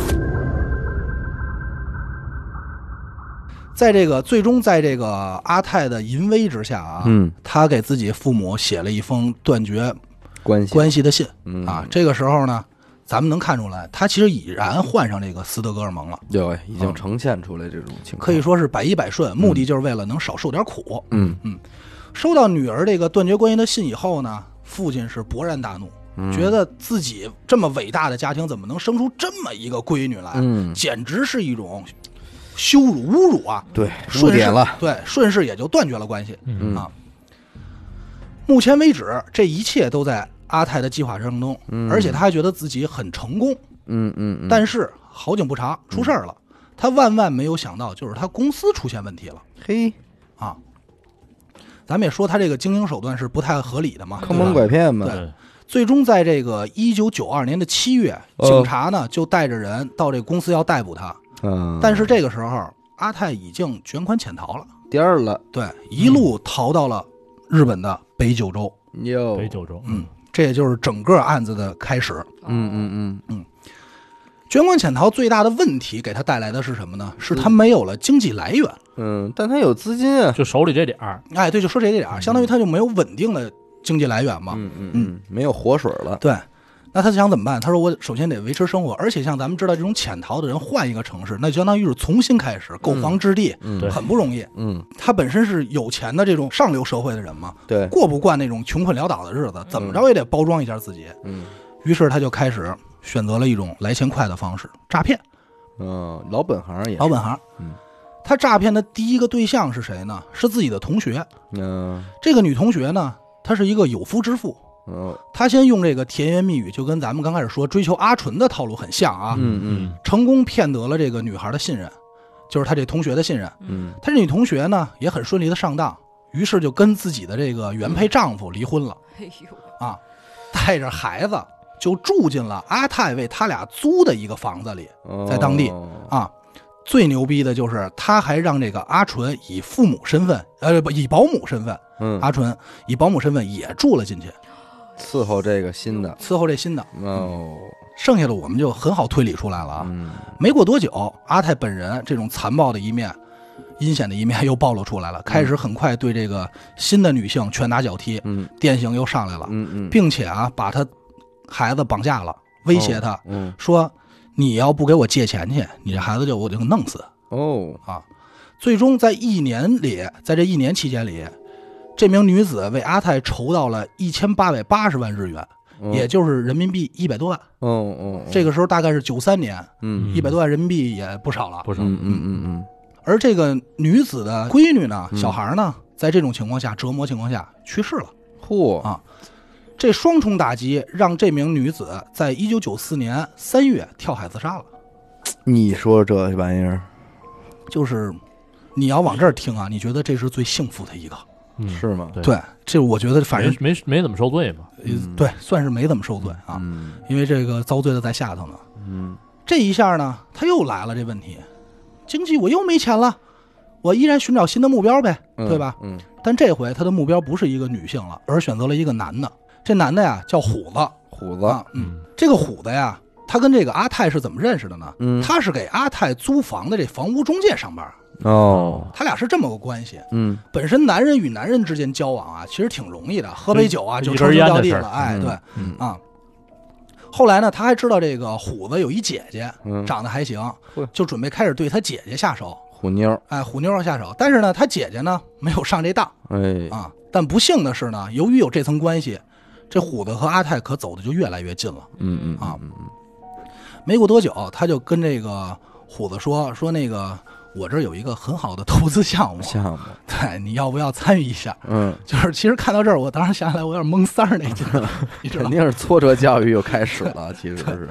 在这个最终，在这个阿泰的淫威之下啊，嗯，他给自己父母写了一封断绝关系关系的信嗯啊。这个时候呢，咱们能看出来，他其实已然患上这个斯德哥尔摩了，有已经呈现出来这种情况，啊可以说是百依百顺，目的就是为了能少受点苦。嗯收到女儿这个断绝关系的信以后呢，父亲是勃然大怒，嗯觉得自己这么伟大的家庭怎么能生出这么一个闺女来，嗯简直是一种羞辱、侮辱啊！对顺势点了，对，顺势也就断绝了关系。嗯啊，目前为止，这一切都在阿泰的计划当中，而且他还觉得自己很成功。嗯嗯嗯，但是好景不长，出事儿了。他万万没有想到，就是他公司出现问题了嘿，啊！咱们也说他这个经营手段是不太合理的嘛，坑对吧蒙拐骗嘛，对最终在这个一九九二年的七月，呃警察呢就带着人到这个公司要逮捕他，嗯，但是这个时候阿泰已经卷款潜逃了，地儿了，对，一路逃到了日本的北九州。哟，北九州，嗯，这也就是整个案子的开始。嗯嗯卷款潜逃最大的问题给他带来的是什么呢？是他没有了经济来源。嗯嗯，但他有资金啊，就手里这点儿，哎，对，就说这一点儿，相当于他就没有稳定的经济来源嘛。嗯嗯嗯，没有活水了，对，那他想怎么办？他说我首先得维持生活，而且像咱们知道这种潜逃的人换一个城市，那就相当于是重新开始，购房置地，嗯对很不容易。嗯他本身是有钱的这种上流社会的人嘛，对，过不惯那种穷困潦倒的日子，怎么着也得包装一下自己。嗯于是他就开始选择了一种来钱快的方式——诈骗，嗯，老本行也是老，本行。嗯，他诈骗的第一个对象是谁呢？是自己的同学。嗯这个女同学呢，她是一个有夫之妇，嗯她先用这个甜言蜜语，就跟咱们刚开始说追求阿纯的套路很像啊，嗯成功骗得了这个女孩的信任，就是她这同学的信任。嗯她这女同学呢，也很顺利的上当，于是就跟自己的这个原配丈夫离婚了。哎呦，啊，带着孩子就住进了阿泰为他俩租的一个房子里嗯，在当地哦啊。最牛逼的就是，他还让这个阿纯以父母身份，呃，不，以保姆身份，嗯，阿纯以保姆身份也住了进去，伺候这个新的伺候这新的。哦，剩下的我们就很好推理出来了啊。嗯没过多久，阿泰本人这种残暴的一面、阴险的一面又 暴露出来了，开始很快对这个新的女性拳打脚踢，嗯电刑又上来了，嗯嗯，并且啊，把他孩子绑架了，威胁他，嗯说你要不给我借钱去，你这孩子就我就给弄死哦，啊！最终在一年里，在这一年期间里，这名女子为阿泰筹到了一千八百八十万日元，嗯也就是人民币一百多万。哦哦，这个个时候大概是九三年，嗯一百多万人民币也不少了。不是，嗯嗯嗯嗯而这个女子的闺女呢，嗯小孩呢，在这种情况下折磨情况下去世了。嚯，这双重打击让这名女子在一九九四年三月跳海自杀了。你说这玩意儿就是你要往这儿听啊，你觉得这是最幸福的一个？嗯，是吗？对对，这我觉得反正呃没没没怎么受罪嘛，嗯对，算是没怎么受罪啊，嗯因为这个遭罪的在下头呢。嗯这一下呢，他又来了这问题，经济我又没钱了，我依然寻找新的目标呗，嗯，对吧？嗯但这回他的目标不是一个女性了，而选择了一个男的。这男的呀叫虎子虎啊子，，嗯，嗯这个虎子呀，他跟这个阿泰是怎么认识的呢？嗯他是给阿泰租房的这房屋中介上班，哦，他俩是这么个关系。嗯本身男人与男人之间交往啊，其实挺容易的，喝杯酒啊一就根称兄烟的道弟事儿了，哎，嗯对嗯啊。后来呢，他还知道这个虎子有一姐姐，嗯，长得还行嚯，就准备开始对他姐姐下手，虎妞儿，哎，虎妞要下手。但是呢，他姐姐呢没有上这当哎，啊。但不幸的是呢，由于有这层关系，这虎子和阿泰可走的就越来越近了。嗯嗯啊嗯嗯没过多久，他就跟这个虎子说说那个我这儿有一个很好的投资项目嗯，项目，对，你要不要参与一下？嗯，就是其实看到这儿，我当时想起来我有点蒙三儿那劲 儿，你知肯道吗？定是挫折教育又开始了，其实是，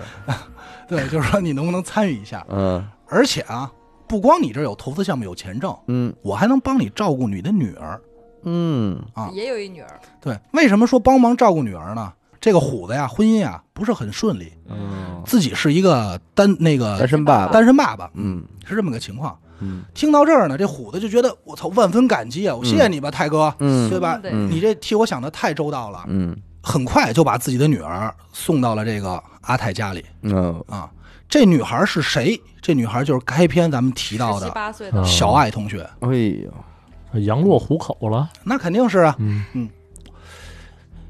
对，就是说你能不能参与一下？嗯而且啊，不光你这儿有投资项目有钱挣，嗯我还能帮你照顾你的女儿。嗯啊也有一女儿，对，为什么说帮忙照顾女儿呢？这个虎子呀，婚姻啊不是很顺利，嗯，自己是一个单单那个身爸爸，单身爸爸，嗯是这么个情况。嗯听到这儿呢，这虎子就觉得我操，万分感激啊！我谢谢你吧，泰哥，嗯对吧？对嗯你这替我想的太周到了。嗯很快就把自己的女儿送到了这个阿泰家里。嗯哦啊，这女孩是谁？这女孩就是开篇咱们提到十七的八岁的嗯，小爱同学，哎呦，羊落虎口了，那肯定是啊。嗯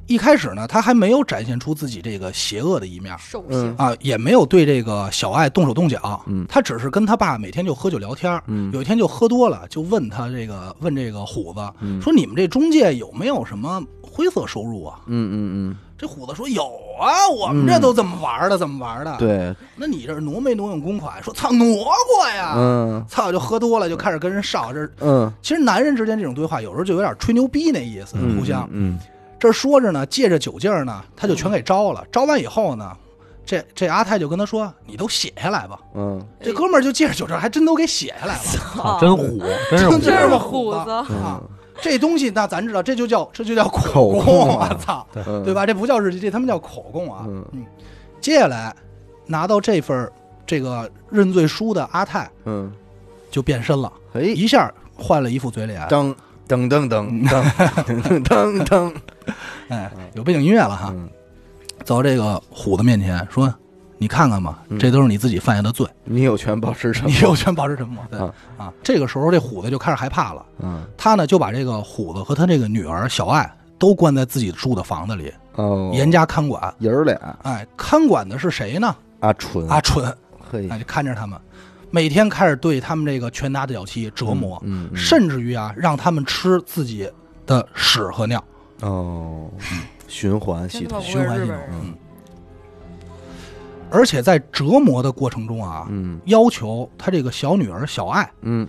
一开始呢，她还没有展现出自己这个邪恶的一面兽嗯性，啊，也没有对这个小爱动手动脚，嗯她只是跟她爸每天就喝酒聊天儿。嗯有一天就喝多了，就问他这个问这个虎子、嗯说：“你们这中介有没有什么灰色收入啊嗯？”嗯这虎子说：“有啊，我们这都怎么玩的，怎么玩的。”嗯，对，那你这挪没挪用公款？说操挪过呀，嗯操就喝多了就开始跟人上这。嗯，其实男人之间这种对话有时候就有点吹牛逼那意思，嗯互相嗯这说着呢，借着酒劲儿呢，他就全给招了。招完以后呢，这这阿泰就跟他说：“你都写下来吧。嗯”这哥们儿就借着酒劲儿还真都给写下来了，啊真虎，真是哦 真是虎，个虎子子啊！这东西那咱知道，这就叫这就叫口口供供，啊我操，嗯，对吧？这不叫日记，这他妈叫口供啊！嗯嗯，接下来拿到这份儿这个认罪书的阿泰嗯，就变身了，哎，一下换了一副嘴脸，噔噔噔噔噔噔噔哎，有背景音乐了哈。嗯走到这个虎子面前说：“你看看嗯吧，这都是你自己犯下的 罪，你有权保持沉你默。有权保持沉默。对”啊啊，这个时候这虎子就开始害怕了，嗯他呢就把这个虎子和他这个女儿小爱都关在自己住的房子里，哦，严加看管。爷儿俩哎，看管的是谁呢？阿纯阿纯，嘿哎，就看着他们，每天开始对他们这个拳打脚踢折磨，嗯嗯甚至于啊让他们吃自己的屎和尿。哦，循环系真他统妈不循会环日系本统。人。嗯，而且在折磨的过程中啊，嗯要求他这个小女儿小爱嗯，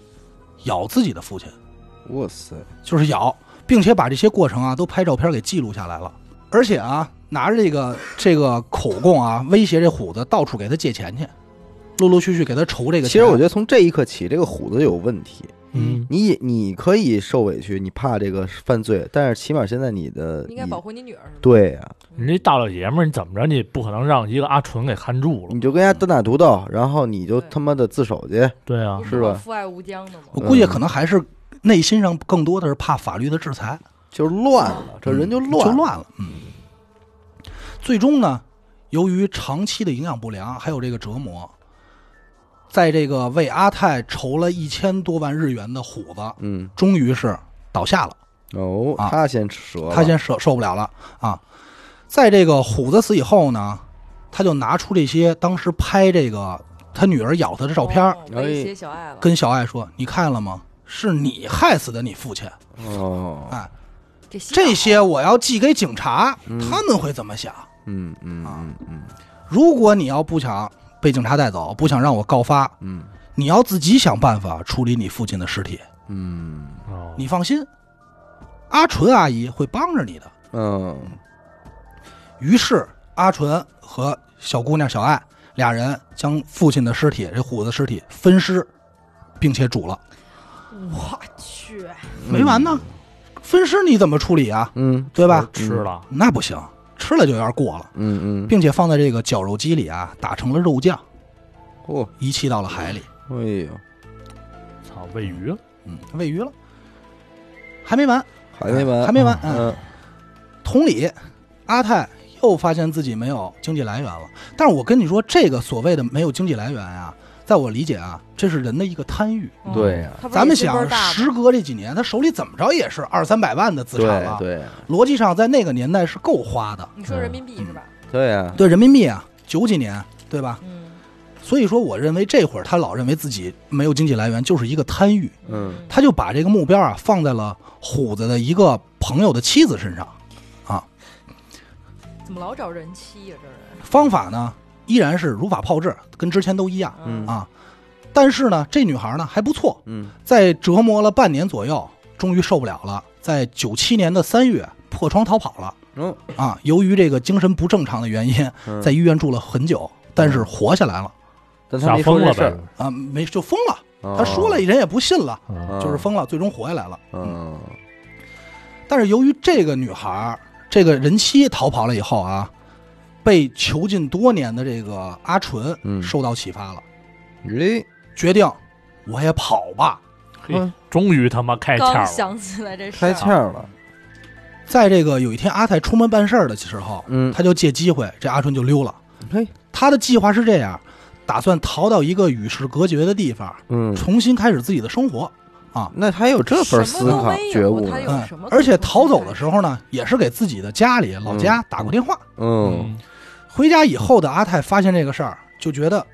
咬自己的父亲，哇塞，就是咬，并且把这些过程啊都拍照片给记录下来了。而且啊，拿着这个这个口供啊，威胁这虎子到处给他借钱去，陆陆续续给他筹这个钱。其实我觉得从这一刻起，这个虎子有问题。嗯，你你可以受委屈，你怕这个犯罪，但是起码现在你的应该你保护你女儿是吧？对啊呀、你这大老爷们儿，你怎么着？你不可能让一个阿纯给看住了你，就跟人家单打独斗，然后你就对他妈的自首去。对啊不，是吧说父爱无疆的吗？我嗯估计可能还是内心上更多的是怕法律的制裁，就乱了，这人就乱，就，乱了。嗯，最终呢，由于长期的营养不良，还有这个折磨，在这个为阿泰筹了一千多万日元的虎子，嗯，终于是倒下了，哦，啊他先折了，他先受受不了了啊！在这个虎子死以后呢，他就拿出这些当时拍这个他女儿咬他的照片儿，哦威胁小爱了，跟小爱说：“你看了吗？是你害死的你父亲。”哦，哎，这这这些我要寄给警察，他们会怎么想？嗯嗯嗯嗯如果你要不想被警察带走，不想让我告发，嗯你要自己想办法处理你父亲的尸体。嗯哦你放心，阿纯阿姨会帮着你的。嗯，于是，阿纯和小姑娘小爱俩人将父亲的尸体，这虎子尸体分尸，并且煮了。我去，没完呢，分尸你怎么处理啊？嗯对吧？吃了，那不行，吃了就有点过了，嗯嗯，并且放在这个绞肉机里啊，打成了肉酱，嚯，遗弃到了海里。哦哎呦，操，喂鱼啊了，嗯，喂鱼了。还没完，还没完，还没完。嗯，嗯，同理，阿泰又发现自己没有经济来源了。但是我跟你说，这个所谓的没有经济来源啊，在我理解啊，这是人的一个贪欲。哦对呀他不是咱们心倍想儿，大吗时隔这几年，他手里怎么着也是二三百万的资产对了，对逻辑上在那个年代是够花的。你说人民币是吧？对呀，对人民币啊，九几年，对吧？嗯，所以说，我认为这会儿他老认为自己没有经济来源，就是一个贪欲。嗯他就把这个目标啊放在了虎子的一个朋友的妻子身上。怎么老找人妻呀？这人，啊方法呢依然是如法炮制，跟之前都一样嗯啊。但是呢，这女孩呢还不错，嗯在折磨了半年左右，终于受不了了，在九七年的三月破窗逃跑了哦，啊。由于这个精神不正常的原因，嗯在医院住了很久，但是活下来了但他吓没疯这了事儿哦呗，，啊，没就疯了。他他说了，，人也不信了，哦嗯就是疯了，最终活下来了。嗯但是由于这个女孩儿，这个人妻逃跑了以后啊，被囚禁多年的这个阿纯嗯受到启发了，哎咦，决定我也跑吧。嘿，终于他妈开窍刚了，想起来这事开儿，窍了，在这个有一天阿泰出门办事儿的时候，嗯，他就借机会，这阿纯就溜了。嘿，他的计划是这样，打算逃到一个与世隔绝的地方，嗯，重新开始自己的生活。那他有这份思考觉悟什么都没有他有呢，嗯什么，可而且能逃走的时候呢，也是给自己的家里老家打过电话。嗯嗯，回家以后的阿泰发现这个事儿，就觉得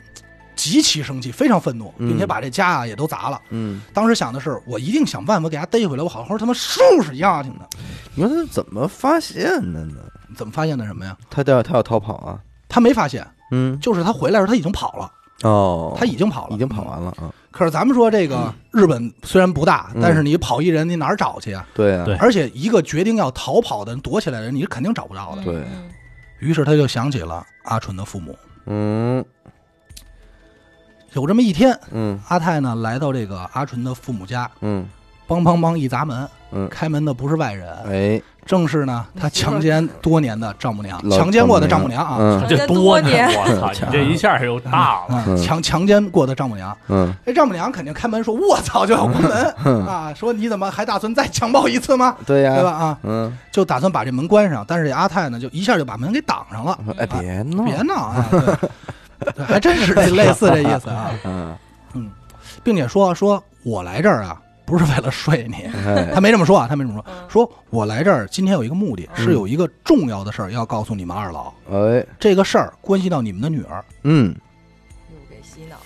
极其生气，非常愤怒，嗯并且把这家啊也都砸了。嗯，当时想的是，我一定想办法给他逮回来，我好好他妈收拾丫挺的。你说他怎么发现的呢？怎么发现的什么呀？他要他要逃跑啊？他没发现，嗯，就是他回来的时候他已经跑了，哦，他已经跑了，已经跑。完了啊，可是咱们说这个日本虽然不大，嗯但是你跑一人，你哪儿找去啊？对啊，对而且一个决定要逃跑的人，躲起来的人，你是肯定找不着的。对嗯于是他就想起了阿纯的父母。嗯有这么一天，嗯阿泰呢来到这个阿纯的父母家，嗯梆梆梆一砸门，嗯开门的不是外人，哎，正是呢他强奸多年的丈母娘，老强奸过的丈母娘啊，嗯这多呢年，我操，你这一下又大了，嗯，强强奸过的丈母娘，嗯，这丈母娘肯定开门说：“我操，就要关门啊！”说你怎么还打算再强暴一次吗？对呀，对吧？？啊，嗯，就打算把这门关上，但是这阿泰呢，就一下就把门给挡上了。哎，别闹，别闹嗯啊！对对还真是这类似这意思啊，嗯，并且说说我来这儿啊，不是为了睡你。哎，他没这么说啊，他没这么说，嗯说我来这儿今天有一个目的，嗯是有一个重要的事儿要告诉你们二老。 哎，这个事儿关系到你们的女儿。嗯，又给洗脑了，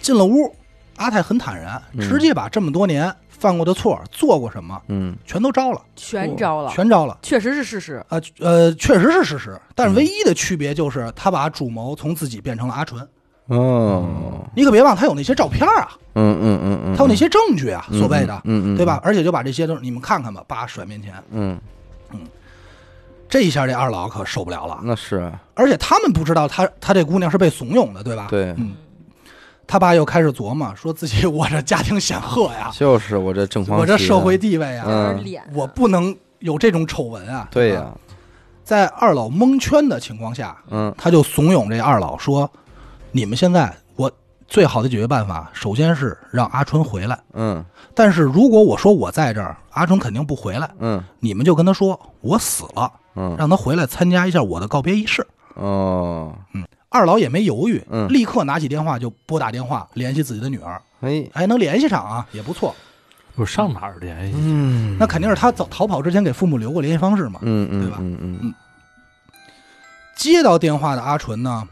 进了屋，阿泰很坦然，嗯直接把这么多年犯过的错、做过什么，嗯，全都招了，全招了，哦全招了。确实是事实。啊，呃，确实是事实，但嗯是唯一的区别就是他把主谋从自己变成了阿纯。哦，你可别忘，他有那些照片啊，嗯嗯嗯嗯，他有那些证据啊，所谓的，嗯嗯，对吧？？而且就把这些东西你们看看吧，叭甩面前，嗯，这一下这二老可受不了了。那是啊而且他们不知道他他这姑娘是被怂恿的，对吧？对，嗯他爸又开始琢磨，说自己我这家庭显赫呀，就是我这正方，我这社会地位呀，啊嗯有点脸，啊我不能有这种丑闻啊。对啊呀，在二老蒙圈的情况下，嗯他就怂恿这二老说：“你们现在我最好的解决办法，首先是让阿春回来。嗯但是如果我说我在这儿，阿春肯定不回来。嗯你们就跟他说我死了，嗯，让他回来参加一下我的告别仪式。哦，”二老也没犹豫，嗯立刻拿起电话就拨打电话联系自己的女儿，哎，哎，能联系上啊，也 不错。不是上哪儿联系？嗯那肯定是他走逃跑之前给父母留过联系方式嘛。嗯嗯嗯嗯，接到电话的阿纯呢，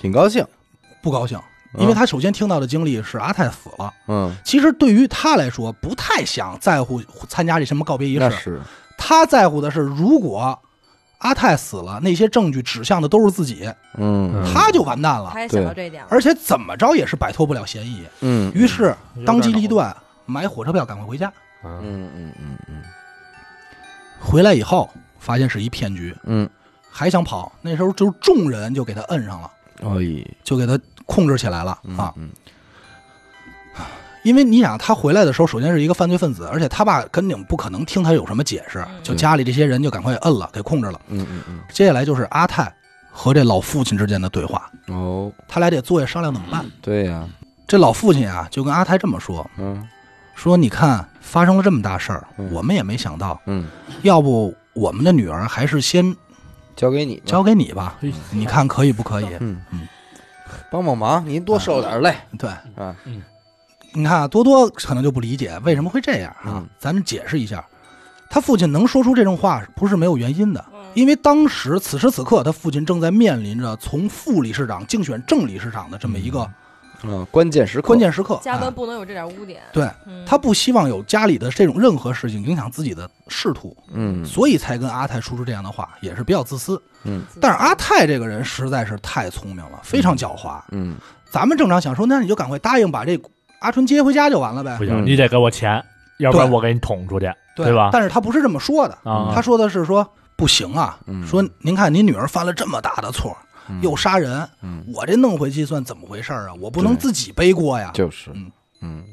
挺高兴，不高兴，因为他首先听到的经历是阿泰死了。嗯，其实对于他来说，不太想在乎参加这什么告别仪嗯那式。是，他在乎的是，如果阿泰死了，那些证据指向的都是自己，嗯嗯他就完蛋了他。也想到这一点了，而且怎么着也是摆脱不了嫌疑。嗯于是当机立断，买火车票赶快回家。嗯，嗯嗯嗯嗯回来以后，发现是一骗局，嗯，还想跑。那时候就是众人就给他摁上了，哎，就给他控制起来了嗯啊。嗯因为你想，他回来的时候，首先是一个犯罪分子，而且他爸肯定不可能听他有什么解释，就家里这些人就赶快摁了，给控制了。嗯嗯接下来就是阿泰和这老父亲之间的对话，嗯，哦，他俩得坐下商量怎么办。对呀，这老父亲啊，就跟阿泰这么说：嗯说你看，发生了这么大事儿，嗯我们也没想到，嗯，要不我们的女儿还是先交给你，交，给你吧，嘿你看可以不可以？嗯嗯，帮帮忙，您多受点累，对，啊，你看啊多多可能就不理解为什么会这样啊嗯，咱们解释一下。他父亲能说出这种话，不是没有原因的，因为当时此时此刻，他父亲正在面临着从副理事长竞选正理事长的这么一个嗯，关键时刻，啊关，键时刻。加啊班不能有这点污点。对嗯他不希望有家里的这种任何事情影响自己的仕途，嗯所以才跟阿泰说出这样的话，也是比较自私。嗯但是阿泰这个人实在是太聪明了，非常狡猾。嗯咱们正常想说，那你就赶快答应把这阿春接回家就完了呗不，嗯行，你得给我钱，要不然对我给你捅出去啊对吧？但是他不是这么说的，啊，他说的是说不行啊，嗯说您看您女儿犯了这么大的错，嗯又杀人，嗯我这弄回去算怎么回事儿啊？我不能对自己背锅呀。就是，嗯嗯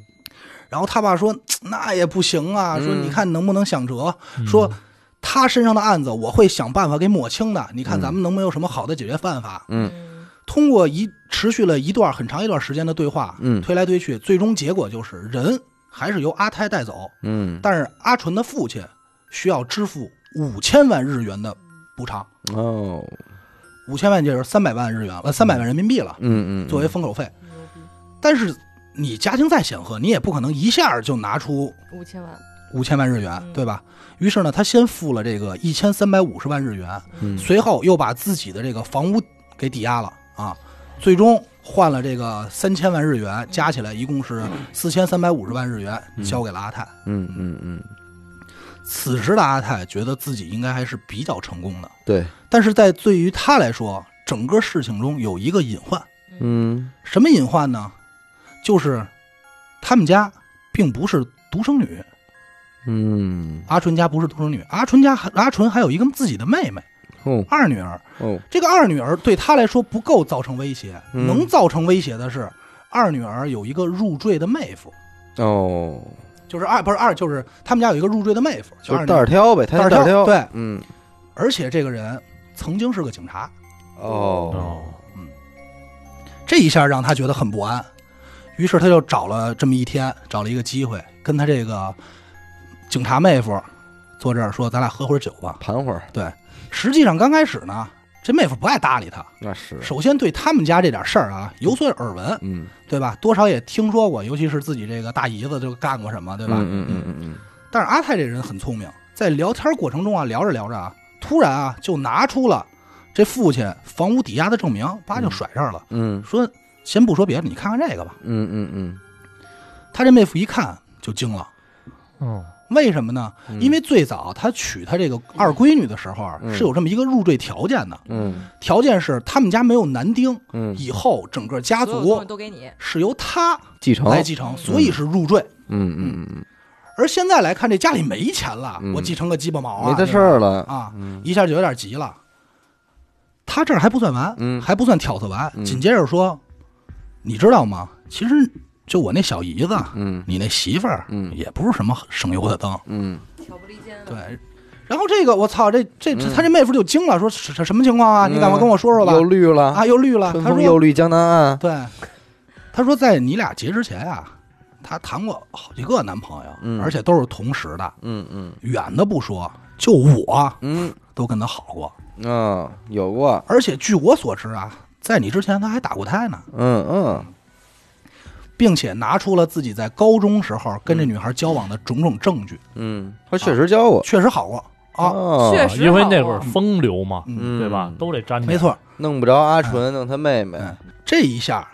然后他爸说那也不行啊，说嗯你看能不能想辙？嗯说他身上的案子我会想办法给抹清的。你看嗯咱们能没有什么好的解决办法？嗯嗯通过一持续了一段很长一段时间的对话，嗯推来推去，最终结果就是人还是由阿泰带走，嗯，但是阿纯的父亲需要支付五千万日元的补偿，哦，五千万就是三百万日元呃了，三百万人民币了，嗯嗯，作为封口费。但是你家庭再显赫，你也不可能一下就拿出五千万，五千万日元，嗯对吧？于是呢，他先付了这个一千三百五十万日元，嗯随后又把自己的这个房屋给抵押了啊，最终换了这个三千万日元，加起来一共是四千三百五十万日元，嗯交给了阿泰。嗯嗯嗯，此时的阿泰觉得自己应该还是比较成功的，对，但是在对于他来说，整个事情中有一个隐患，嗯什么隐患呢？就是他们家并不是独生女，嗯，阿纯家不是独生女，阿纯家还阿纯还有一个自己的妹妹，哦二女儿。哦，这个二女儿对他来说不够造成威胁，嗯能造成威胁的是二女儿有一个入赘的妹夫，哦，就是二不是二，就是他们家有一个入赘的妹夫，就就是二袋儿女，挑呗，他是袋袋儿儿挑，挑对嗯，而且这个人曾经是个警察，哦，这一下让他觉得很不安，于是他就找了这么一天，找了一个机会，跟他这个警察妹夫坐这儿说：“咱俩喝会儿酒吧。盘会儿”实际上刚开始呢，这妹夫不爱搭理他，那是，首先对他们家这点事儿啊有所耳闻，嗯，对吧？多少也听说过，尤其是自己这个大姨子就干过什么，对吧？嗯嗯嗯嗯但是阿泰这人很聪明，在聊天过程中啊，聊着聊着啊，突然啊就拿出了这父亲房屋抵押的证明，叭就甩这儿了，嗯说先不说别的，你看看这个吧。嗯嗯嗯他这妹夫一看就惊了，嗯，为什么呢？嗯，因为最早他娶他这个二闺女的时候啊嗯是有这么一个入赘条件的，嗯条件是他们家没有男丁，嗯以后整个家所有东族西都给你，是由他继承，来继承，所以是入赘。嗯嗯而现在来看，这家里没钱了，嗯我继承个鸡巴毛嗯，啊，没他对吧事儿了，啊，嗯一下就有点急了。他这儿还不算完，嗯还不算挑唆完，嗯紧接着说：“你知道吗？其实就我那小姨子，嗯你那媳妇儿，嗯也不是什么省油的灯。嗯挑拨离间”对，，然后这个我操，这这这嗯他这妹夫就惊了，说：“什什什么情况啊？你赶快跟我说说吧又！”绿了，啊，又绿了。春他风又说绿江南：“岸，对，他说在你俩结之前啊，他谈过好几个男朋友，嗯而且都是同时的，嗯嗯远的不说，就我嗯都跟他好过。”嗯，哦有过，而且据我所知啊，在你之前他还打过胎呢，嗯嗯并且拿出了自己在高中时候跟这女孩交往的种种证据，嗯，他确实教我确实好过啊，哦确实因为好那啊会儿风流嘛，嗯，嗯对吧？都得沾点没，错，弄不着阿纯，弄他妹妹，嗯，这一下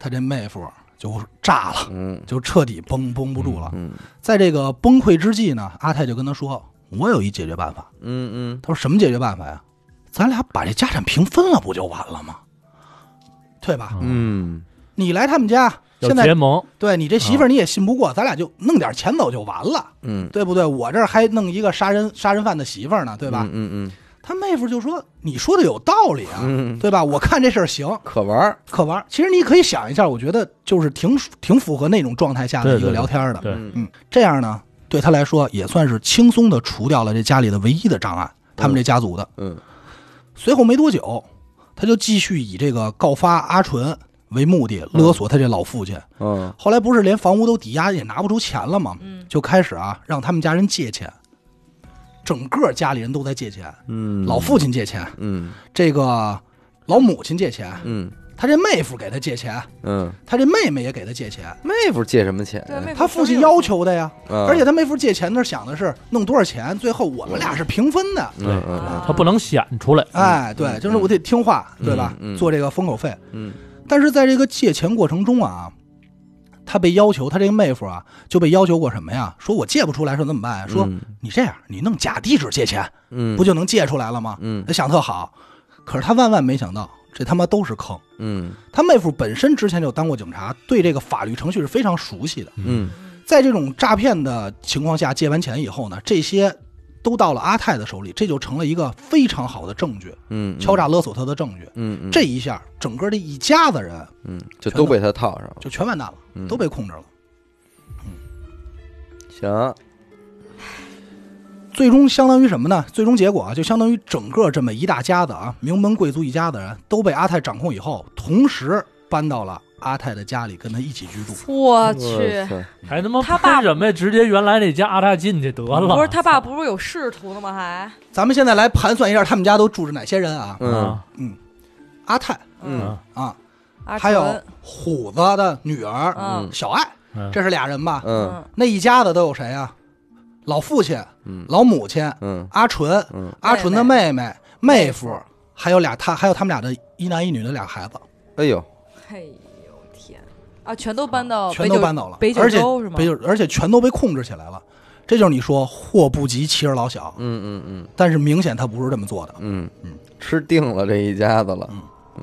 他这妹夫就炸了，嗯就彻底绷绷不住了。嗯在这个崩溃之际呢，阿泰就跟他说：“我有一解决办法。嗯嗯”他说：“什么解决办法呀？咱俩把这家产平分了，不就完了吗？对吧？嗯你来他们家，要现在结盟，对你这媳妇啊儿你也信不过，咱俩就弄点钱走就完了。”嗯，对不对？我这儿还弄一个杀人杀人犯的媳妇儿呢，对对吧？嗯嗯他妹夫就说：“你说的有道理啊，嗯，对吧？我看这事儿行，可玩儿，可玩儿。其实你可以想一下，我觉得就是挺挺符合那种状态下的对一个对对聊天的。对嗯嗯，这样呢，对他来说也算是轻松的除掉了这家里的唯一的障碍，他们这家族的。嗯随后没多久，他就继续以这个告发阿纯为目的勒索他这老父亲。嗯后来不是连房屋都抵押也拿不出钱了吗？嗯，就开始啊让他们家人借钱，整个家里人都在借钱，嗯，老父亲借钱，嗯这个老母亲借钱，嗯他这妹夫给他借钱，嗯，他这妹妹也给他借钱，妹夫借什么钱？对，妹他父亲要，求的呀，嗯而且他妹夫借钱那儿想的是弄多少钱，最后我们俩是平分的。嗯啊嗯他不能显出来，哎，对，就是我得听话，对吧？嗯嗯做这个封口费，嗯但是在这个借钱过程中啊，他被要求，他这个妹夫啊就被要求过什么呀？说我借不出来，说怎么办呀？说、嗯你这样，你弄假地址借钱，嗯，不就能借出来了吗？嗯他想特好，可是他万万没想到，这他妈都是坑。嗯他妹夫本身之前就当过警察，对这个法律程序是非常熟悉的。嗯在这种诈骗的情况下，借完钱以后呢，这些都到了阿泰的手里，这就成了一个非常好的证据，嗯，敲诈勒索他的证据。嗯，嗯这一下，整个这一家子人嗯就都被他套上了，就全完蛋了。嗯都被控制了。行，啊最终相当于什么呢？最终结果啊，就相当于整个这么一大家子啊，名门贵族一家子人都被阿泰掌控以后，同时搬到了阿泰的家里，跟他一起居住。我去，塞嗯还他妈他爸喷什么呀？直接原来那家阿大进去得了，不是他爸不是有仕途的吗？还咱们现在来盘算一下，他们家都住着哪些人啊？嗯啊阿泰嗯啊，阿还有纯虎子的女儿嗯小爱，嗯这是俩人吧？嗯那一家子都有谁啊？老父亲、嗯老母亲、嗯阿纯、嗯阿纯的妹妹、妹妹夫夫，还有俩他，还有他们俩的一男一女的俩孩子，哎呦，嘿呦天啊，全都搬到全北都九搬走了，北九而且州是吗北？九，而且全都被控制起来了。这就是你说祸不及妻儿老小，嗯嗯但是明显他不是这么做的。嗯嗯嗯，吃定了这一家子了，嗯嗯。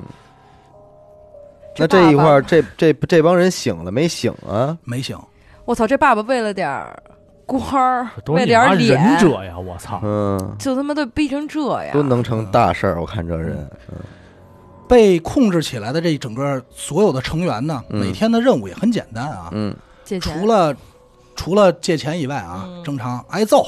那这一块儿，这这这帮人醒了没醒啊？没醒，我操，这爸爸为了点儿官儿，都是你为了点妈儿脸，忍者呀！我操，嗯，就他妈都逼成这样都。能成大事儿，我看这人，被控制起来的这整个所有的成员呢，嗯每天的任务也很简单啊，嗯借钱除了除了借钱以外啊，嗯正常挨揍、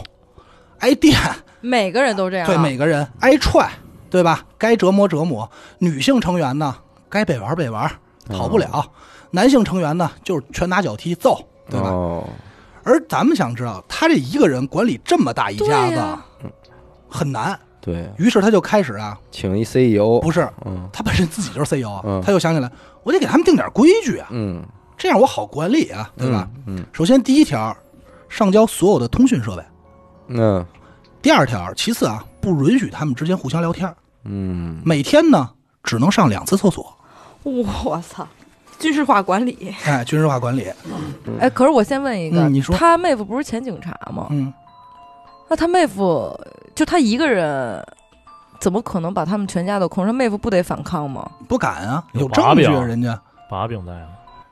挨电，每个人都这样啊，对每个人挨踹，对吧？该折磨折磨。女性成员呢，该被玩被玩，讨不了；哦男性成员呢，就是拳打脚踢揍，对吧？哦，而咱们想知道，他这一个人管理这么大一家对子、呀很难，对，于是他就开始啊，请一 CEO，不是嗯他本身自己就是 CEO，啊、嗯他又想起来，我得给他们定点规矩啊，嗯，这样我好管理啊，对吧？嗯？首先第一条，上交所有的通讯设备；嗯第二条，其次啊，不允许他们之间互相聊天，嗯每天呢只能上两次厕所，我操，军事化管理。哎，军事化管理，哎，可是我先问一个，嗯你说他妹夫不是前警察吗？嗯，那他妹夫就他一个人，怎么可能把他们全家都控制？他妹夫不得反抗吗？不敢啊，有有证把据啊，柄人家，把柄在啊，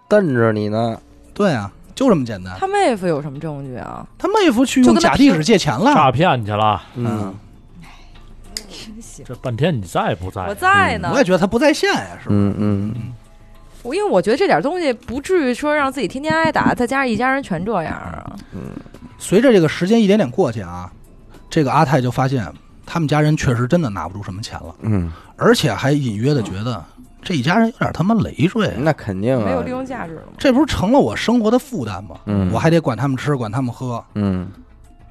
瞪着你呢，对啊，就这么简单。他妹夫有什么证据啊？他妹夫去就用跟他假地平址借钱了诈，骗去了。嗯真行，这半天你在不在？我在呢嗯我，也觉得他不在线呀，是吧？嗯嗯，我因为我觉得这点东西不至于说让自己天天挨打，再加上一家人全这样啊。随着这个时间一点点过去啊，这个阿泰就发现他们家人确实真的拿不出什么钱了，嗯，而且还隐约的觉得这一家人有点他妈累赘啊，嗯那肯定啊，没有利用价值了吗？这不是成了我生活的负担吗？嗯我还得管他们吃，管他们喝。嗯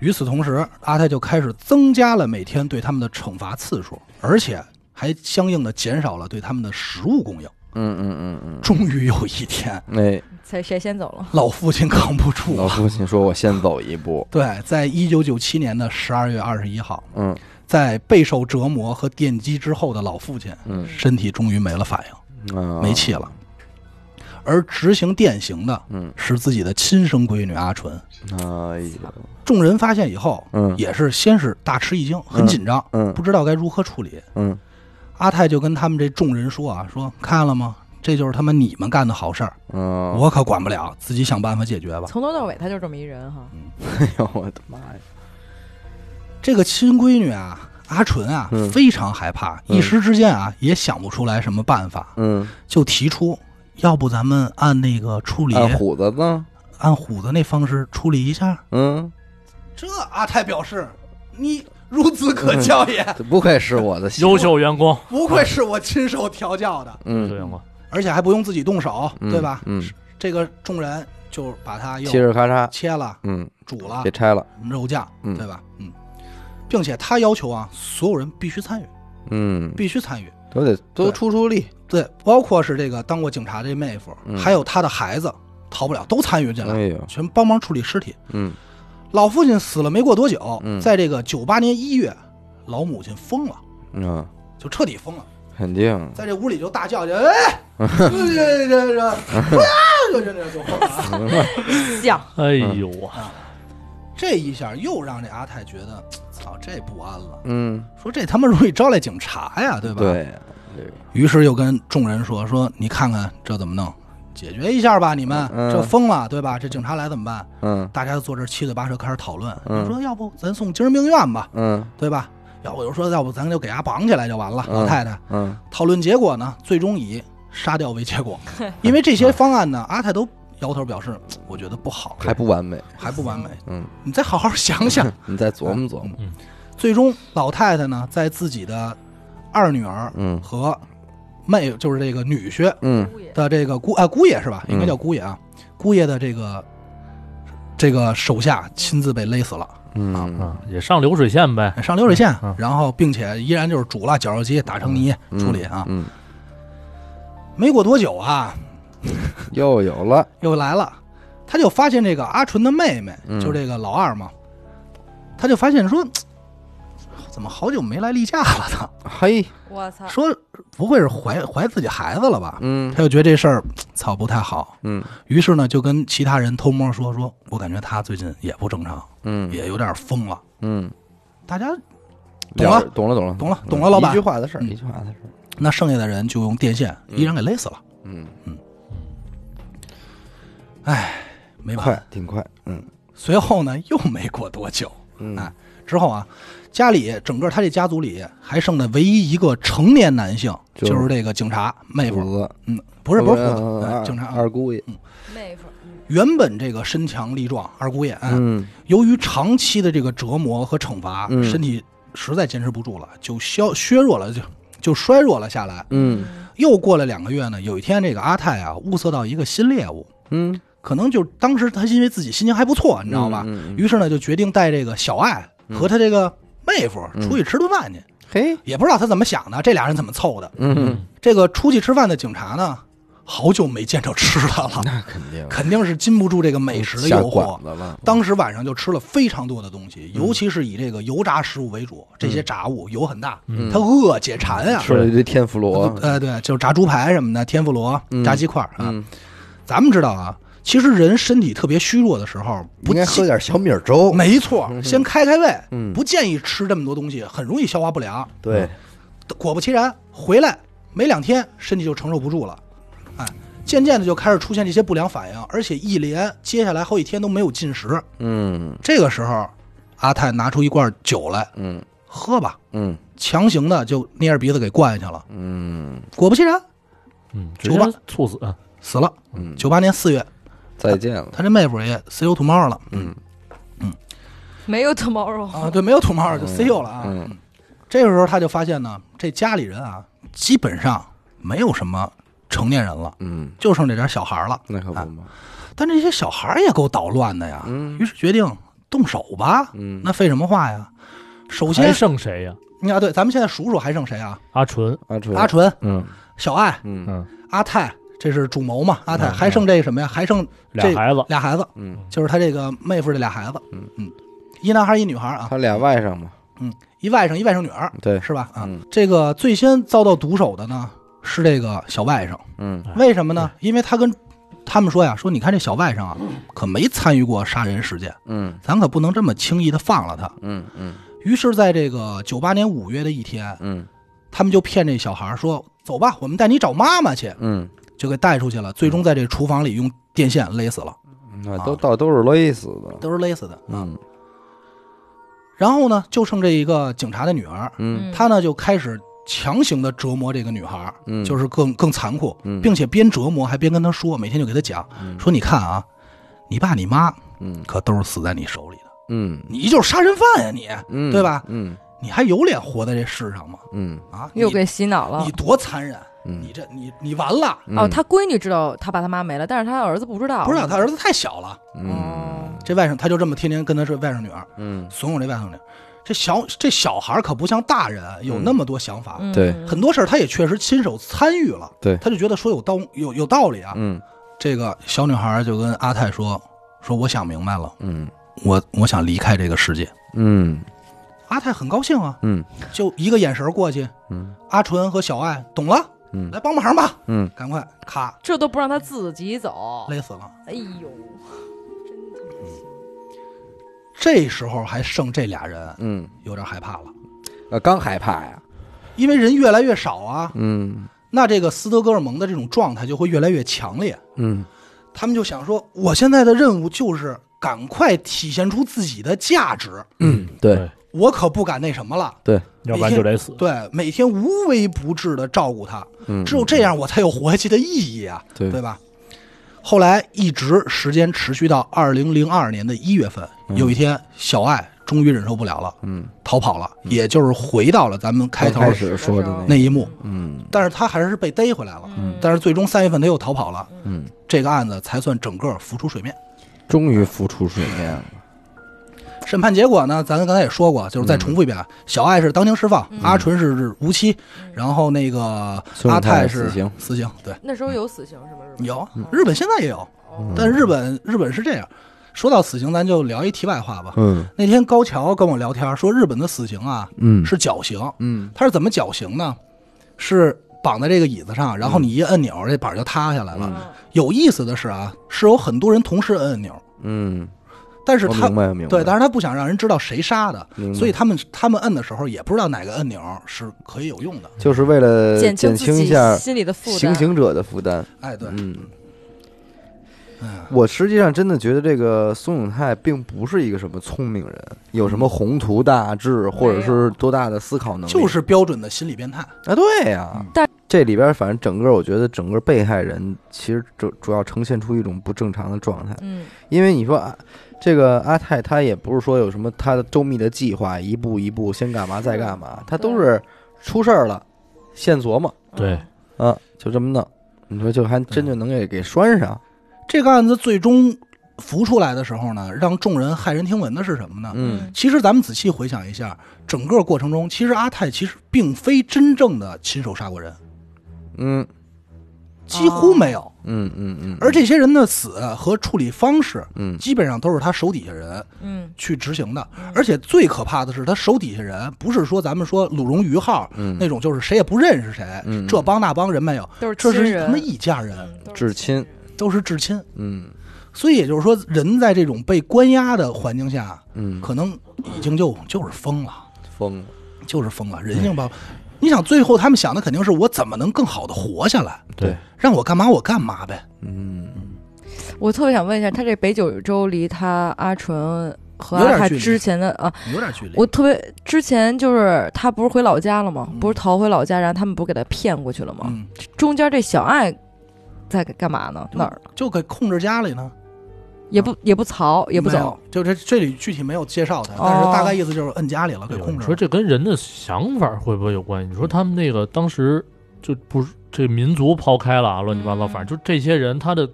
与此同时，阿泰就开始增加了每天对他们的惩罚次数，而且还相应的减少了对他们的食物供应。嗯嗯嗯终于有一天，嗯，哎，谁谁先走了？老父亲扛不住老啊！父亲说我先走一步，对，在一九九七年的十二月二十一号，嗯在备受折磨和电击之后的老父亲，嗯身体终于没了反应，啊，没气了。而执行电刑的嗯，是自己的亲生闺女阿纯。哎呀，众人发现以后，嗯也是先是大吃一惊，很紧张，嗯不知道该如何处理。嗯阿泰就跟他们这众人说啊，说看见了吗？这就是他妈你们干的好事儿，嗯，我可管不了，自己想办法解决吧。从头到尾他就这么一人哈，哎呦我的妈呀，这个亲闺女啊，阿纯啊，嗯非常害怕，嗯一时之间啊也想不出来什么办法，嗯，就提出，要不咱们按那个处理按虎子呢？按虎子那方式处理一下。嗯，这阿泰表示，你孺子可教也，不愧是我的媳妇优，秀员工，不愧是我亲手调教的，优秀员嗯，工，而且还不用自己动手，嗯对吧？嗯，这个众人就把它又切着咔嚓，切了、嗯，煮了别、拆了，肉酱，嗯对吧？嗯，并且他要求啊，所有人必须参与，嗯，必须参与。都得多对出出力，对，包括是这个当过警察这妹夫，嗯还有他的孩子，逃不了，都参与进来，哎呦，全帮忙处理尸体。嗯，老父亲死了没过多久，嗯在这个九八年一月，老母亲疯了，嗯，就彻底疯了，肯定，在这屋里就大 叫去，哎，这这这这，啊，就这这就疯了啊。像嗯哎呦啊，这一下又让这阿泰觉得，操，这不安了。嗯，说这他妈容易招来警察呀，对吧？。对，这个，于是又跟众人说：“说你看看这怎么弄，解决一下吧，你们、嗯这疯了，对吧？这警察来怎么办？”嗯大家就坐这儿七嘴八舌开始讨论。嗯你说要不咱送精神病院吧，嗯对吧？要不就说要不咱就给他绑起来就完了。嗯老太太嗯讨论结果呢，最终以杀掉为结果，因为这些方案呢，阿泰都摇头表示，我觉得不好，嗯还不完美，还不完美，嗯，你再好好 想想。你再琢磨琢磨，最终，老太太呢，在自己的二女儿嗯和妹，就是这个女婿嗯的这个姑啊姑爷是吧？嗯应该叫姑爷啊，姑爷的这个这个手下亲自被勒死了，啊嗯，也上流水线呗，上流水线嗯嗯，然后并且依然就是煮了绞肉机，打成泥嗯处理啊。嗯，没过多久啊，又有了，又来了，他就发现这个阿纯的妹妹，嗯就这个老二嘛，他就发现说，怎么好久没来例假了呢？嘿，我操，说不会是怀怀自己孩子了吧？嗯他就觉得这事儿操不太好，嗯于是呢就跟其他人偷摸说说，我感觉他最近也不正常，嗯也有点疯了。嗯，大家懂了了，懂了，懂了，懂了，懂了，老一板句。话的事儿，嗯一句话的事儿，那剩下的人就用电线嗯依然给勒死了，嗯，没快完。，挺快，嗯随后呢又没过多久，嗯，哎之后啊，家里整个他这家族里还剩的唯一一个成年男性，就就是这个警察妹虎夫，子嗯，不是不是嗯胡子，二哎警察二姑爷，妹夫，嗯原本这个身强力壮，二姑眼、啊嗯由于长期的这个折磨和惩罚，嗯身体实在坚持不住了，就消削弱了，就就衰弱了下来。嗯又过了两个月呢，有一天这个阿泰啊物色到一个新猎物，嗯，可能就当时他因为自己心情还不错，你知道吧？嗯嗯嗯于是呢就决定带这个小爱和他这个妹夫嗯出去吃顿饭去。嘿，也不知道他怎么想的，这俩人怎么凑的？嗯，这个出去吃饭的警察呢，好久没见着吃的了， 那肯定肯定是禁不住这个美食的下诱惑馆。子了，当时晚上就吃了非常多的东西，嗯尤其是以这个油炸食物为主，这些炸物油很大，嗯他饿解馋啊。吃了一堆天妇罗，呃，对，就是炸猪排什么的，天妇罗、嗯炸鸡块啊。嗯，咱们知道啊，其实人身体特别虚弱的时候，不嗯应该喝建点小米粥，没错，先开开胃，嗯不建议吃这么多东西，很容易消化不良。对，果不其然，回来没两天，身体就承受不住了，哎，渐渐的就开始出现这些不良反应，而且一连接下来好几天都没有进食。嗯这个时候，阿泰拿出一罐酒来嗯喝吧，嗯强行的就捏着鼻子给灌下去了。嗯果不其然，嗯，酒吧直接猝死，死了。嗯，九八年四月，再见了，他这妹夫也 CEO 土猫了嗯没有 tomorrow，、啊，对，没有土猫就 CEO 了啊。嗯这个时候他就发现呢，这家里人啊，基本上没有什么成年人了，嗯，就剩这点小孩儿了。那可不嘛，但这些小孩儿也够捣乱的呀。嗯于是决定动手吧。嗯啊那废什么话呀？首还先，剩谁呀？你啊看，对，咱们现在数数还剩谁啊？阿纯，阿纯阿，纯、嗯小爱、嗯嗯，阿泰，这是主谋嘛？阿泰还剩这什么呀？还剩俩这孩子，俩孩子，嗯，就是他这个妹夫这俩孩子。嗯一男孩一女孩啊，他俩外甥嘛，嗯，一外甥一外甥女儿，对，是吧？啊，嗯这个最先遭到毒手的呢是这个小外甥，嗯哎为什么呢？因为他跟他们说呀，说你看这小外甥啊，可没参与过杀人事件，嗯咱可不能这么轻易的放了他。嗯嗯于是，在这个九八年五月的一天，嗯他们就骗这小孩儿说：“走吧，我们带你找妈妈去。嗯，”就给带出去了。最终在这厨房里用电线勒死了，嗯那啊都到都是勒死的，都是勒死的。嗯然后呢，就剩这一个警察的女儿，嗯她呢就开始强行的折磨这个女孩儿，嗯，就是更更残酷，嗯并且边折磨还边跟她说，每天就给她讲嗯说：“你看啊，你爸你妈嗯可都是死在你手里的，嗯你就是杀人犯呀、啊你嗯，对吧？嗯你还有脸活在这世上吗？嗯啊，又你给洗脑了你。多残忍！啊嗯你这你你完了，哦，他闺女知道他爸他妈没了，但是他儿子不知道。不知道他儿子太小了，嗯这外甥他就这么天天跟他说外甥女儿，嗯怂恿这外甥女儿。这小这小孩可不像大人啊有那么多想法，嗯，对很多事儿他也确实亲手参与了，对他就觉得说有道有有道理啊。嗯这个小女孩就跟阿泰说说我想明白了，嗯我我想离开这个世界。嗯阿泰很高兴啊，嗯就一个眼神过去，嗯阿纯和小爱懂了，嗯来帮忙吧，嗯，赶快咔这都不让他自己走。勒死了。哎呦，真的这时候还剩这俩人，嗯，有点害怕了，呃，刚害怕呀，因为人越来越少啊，嗯那这个斯德哥尔蒙的这种状态就会越来越强烈。嗯他们就想说，我现在的任务就是赶快体现出自己的价值，嗯，对，我可不敢那什么了。对，要不然就得死。对，每天无微不至的照顾他，嗯，只有这样我才有活下去的意义啊，对对吧？后来一直时间持续到二零零二年的一月份，有一天小爱终于忍受不了了，嗯，哦逃跑了，也就是回到了咱们开头开始说的那一幕。嗯但是他还是被逮回来了，嗯但是最终三月份他又逃跑了，嗯，这个案子才算整个浮出水面。终于浮出水面了，审判结果呢，咱刚才也说过，就是再重复一遍嗯啊，小爱是当庭释放，阿纯是无期，然后那个孙阿悟空泰是是死刑死刑，对，那时候有死刑是吗？日本有嗯日本现在也有，哦但日本日本是这样，说到死刑，咱就聊一题外话吧。嗯那天高桥跟我聊天说，日本的死刑啊嗯是绞刑，嗯他是怎么绞刑呢？是绑在这个椅子上，然后嗯你一按钮，这板就塌下来了。嗯有意思的是啊，是有很多人同时摁按钮，嗯，但是我他明白明白，对，但是他不想让人知道谁杀的明，白所以他们他们摁的时候也不知道哪个按钮是可以有用的。就是为了减呃减自轻己一下心里的负行担。刑者的负担，哎，对，嗯。嗯，我实际上真的觉得这个孙永泰并不是一个什么聪明人，有什么宏图大志或者是多大的思考能力，就是标准的心理变态。啊，对呀、嗯这里边反正整个我觉得整个被害人其实主主要呈现出一种不正常的状态，嗯因为你说啊，这个阿泰他也不是说有什么他的周密的计划，一步一步先干嘛再干嘛，他都是出事儿了，现琢磨对嗯啊，就这么弄。你说就还真就能给给拴上，这个案子最终浮出来的时候呢，让众人骇人听闻的是什么呢？嗯其实咱们仔细回想一下，整个过程中，其实阿泰其实并非真正的亲手杀过人，嗯几乎没有。嗯嗯嗯，而这些人的死和处理方式，嗯基本上都是他手底下人嗯去执行的。而且最可怕的是，他手底下人不是说咱们说鲁荣于号嗯那种，就是谁也不认识谁，嗯这帮那帮人没有，都是这亲是人他妈一家人，嗯都是至亲，都是至亲。嗯所以也就是说，人在这种被关押的环境下，嗯，可能已经就就是疯了。疯了，就是疯了，人性吧。你想，最后他们想的肯定是我怎么能更好的活下来，对，让我干嘛我干嘛呗。嗯我特别想问一下，他这北九州离他阿纯和有阿点泰距离之前的啊，有点距离。我特别之前就是他不是回老家了吗？嗯不是逃回老家，然后他们不是给他骗过去了吗？嗯，中间这小爱在干嘛呢？对哪儿呢？就给控制家里呢，也不也不逃，也不没走有。。就这这里具体没有介绍他，哦但是大概意思就是摁家里了，给对控你制说了。这跟人的想法会不会有关系？你说他们那个当时就不是这民族抛开了啊，乱七八糟，嗯反正就这些人他的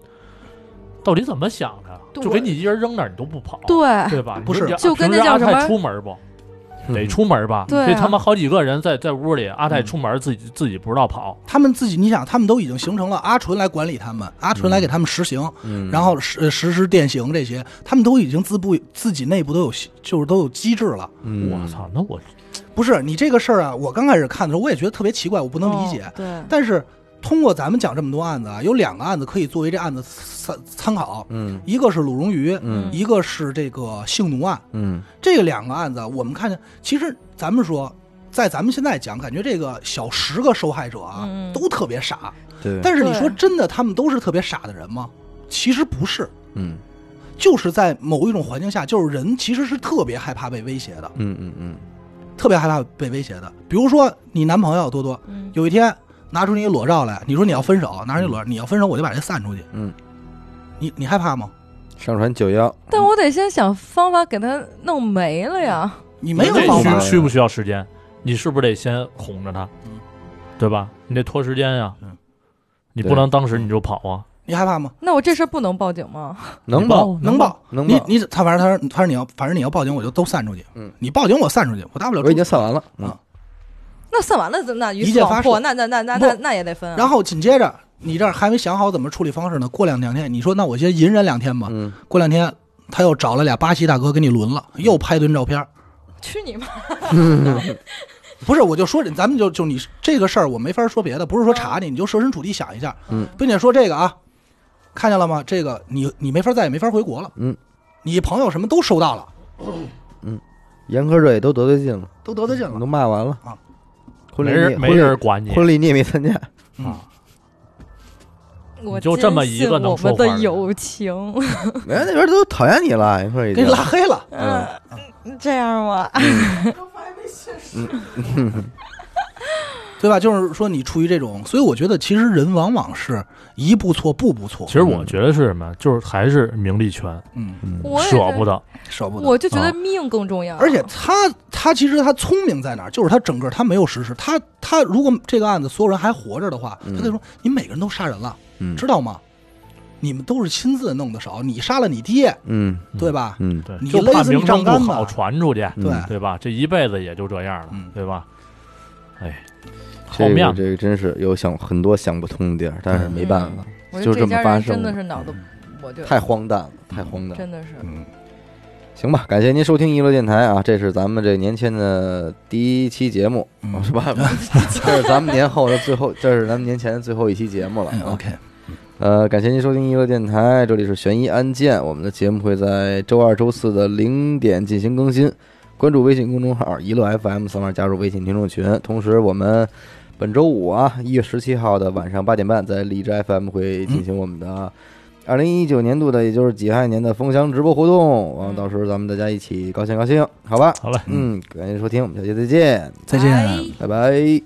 到底怎么想的？对就给你一人扔那儿，你都不跑，对对，吧？不是你说就跟平时那叫阿什么泰出门不？嗯得出门吧？对啊这他妈好几个人在在屋里，阿泰嗯出门自己自己不知道跑，他们自己，你想，他们都已经形成了阿纯来管理他嗯们，阿纯来给他们实行，嗯，然后实实施电刑这些，他们都已经自不自己内部都有就是都有机制了。嗯我，操，那我不是你这个事儿啊，我刚开始看的时候我也觉得特别奇怪，我不不能理解。哦对，但是通过咱们讲这么多案子啊，有两个案子可以作为这案子参参考，嗯一个是鲁荣于，嗯一个是这个性奴案。嗯这两个案子啊，我们看见，其实咱们说，在咱们现在讲，感觉这个小十个受害者啊、嗯嗯都特别傻，对，但是你说对真的，他们都是特别傻的人吗？其实不是。嗯就是在某一种环境下，就是人其实是特别害怕被威胁的，嗯嗯嗯特别害怕被威胁的。比如说，你男朋友多多，嗯有一天拿出你裸照来，你说你要分手，拿出你裸，你要分手我就把这散出去，嗯，你你害怕吗？上传九幺，但我得先想方法给他弄没了呀。你没有这方法吧需需不需要时间？你是不是得先哄着他嗯，对吧？你得拖时间呀嗯，你对不能当时你就跑啊，你害怕吗？那我这事儿不能报警吗？ 能你报，能报，能你报你他反正他说他说你要反正你要报警我就都散出去，嗯，你报警我散出去，我大不了我已出经算完了，嗯啊那算完了，那鱼一死键网发破，射那那那那不那那也得分啊。然后紧接着你这儿还没想好怎么处理方式呢，过两两天你说那我先隐忍两天吧，嗯，过两天他又找了俩巴西大哥给你轮了，又拍顿照片儿， 去你妈！不是我就说这咱们就就你这个事儿我没法说别的，不是说查你，你就设身处地想一下，嗯，并且说这个啊，看见了吗？这个你你没法再也没法回国了，嗯，你朋友什么都收到了，严苛这也都得罪尽了，都得罪尽了都。骂完了啊，婚没礼人你没人管你，婚礼你也没参 加，我就这么一个能我说们话的人的友情，人家那边都讨厌你了，严苛已给经你拉黑了，啊嗯 这样吗？对吧？就是说你处于这种，所以我觉得其实人往往是一步错步步错其，实我觉得是什么呀？就是还是名利权，嗯， 我也是舍不，得。啊舍不得。我就觉得命更重要。而且他他其实他聪明在哪儿？就是他整个他没有实施，他他如果这个案子所有人还活着的话，嗯他可以说你每个人都杀人了，嗯知道吗？你们都是亲自弄的手，你杀了你爹，嗯嗯对吧？嗯对，你就勒怕死你名丈声干不吧好传出去，嗯对对吧？这一辈子也就这样了嗯，对吧？哎，好这面个子，这个真是有想很多想不通的地儿，但是没办嗯法，我觉就得这这么家发人生真的了是脑子，我就太荒诞了，太荒诞了。真的是嗯，行吧，感谢您收听娱乐电台啊，这是咱们这年前的第一期节目，嗯啊是吧？ 这是咱们年后的最后，这是咱们年前的最后一期节目了嗯啊。 ，OK，呃，感谢您收听娱乐电台，这里是悬疑案件，我们的节目会在周二、周四的零点进行更新。关注微信公众号“一乐 FM”，扫码加入微信听众群。同时，我们本周五啊，一月十七号的晚上八点半，在荔枝 FM 会进行我们的二零一九年度的，也就是己亥年的封箱直播活动。完了，嗯到时候咱们大家一起高兴高兴，好吧？好嘞。嗯，啊感谢收听，我们下期再见，再见。哎拜拜。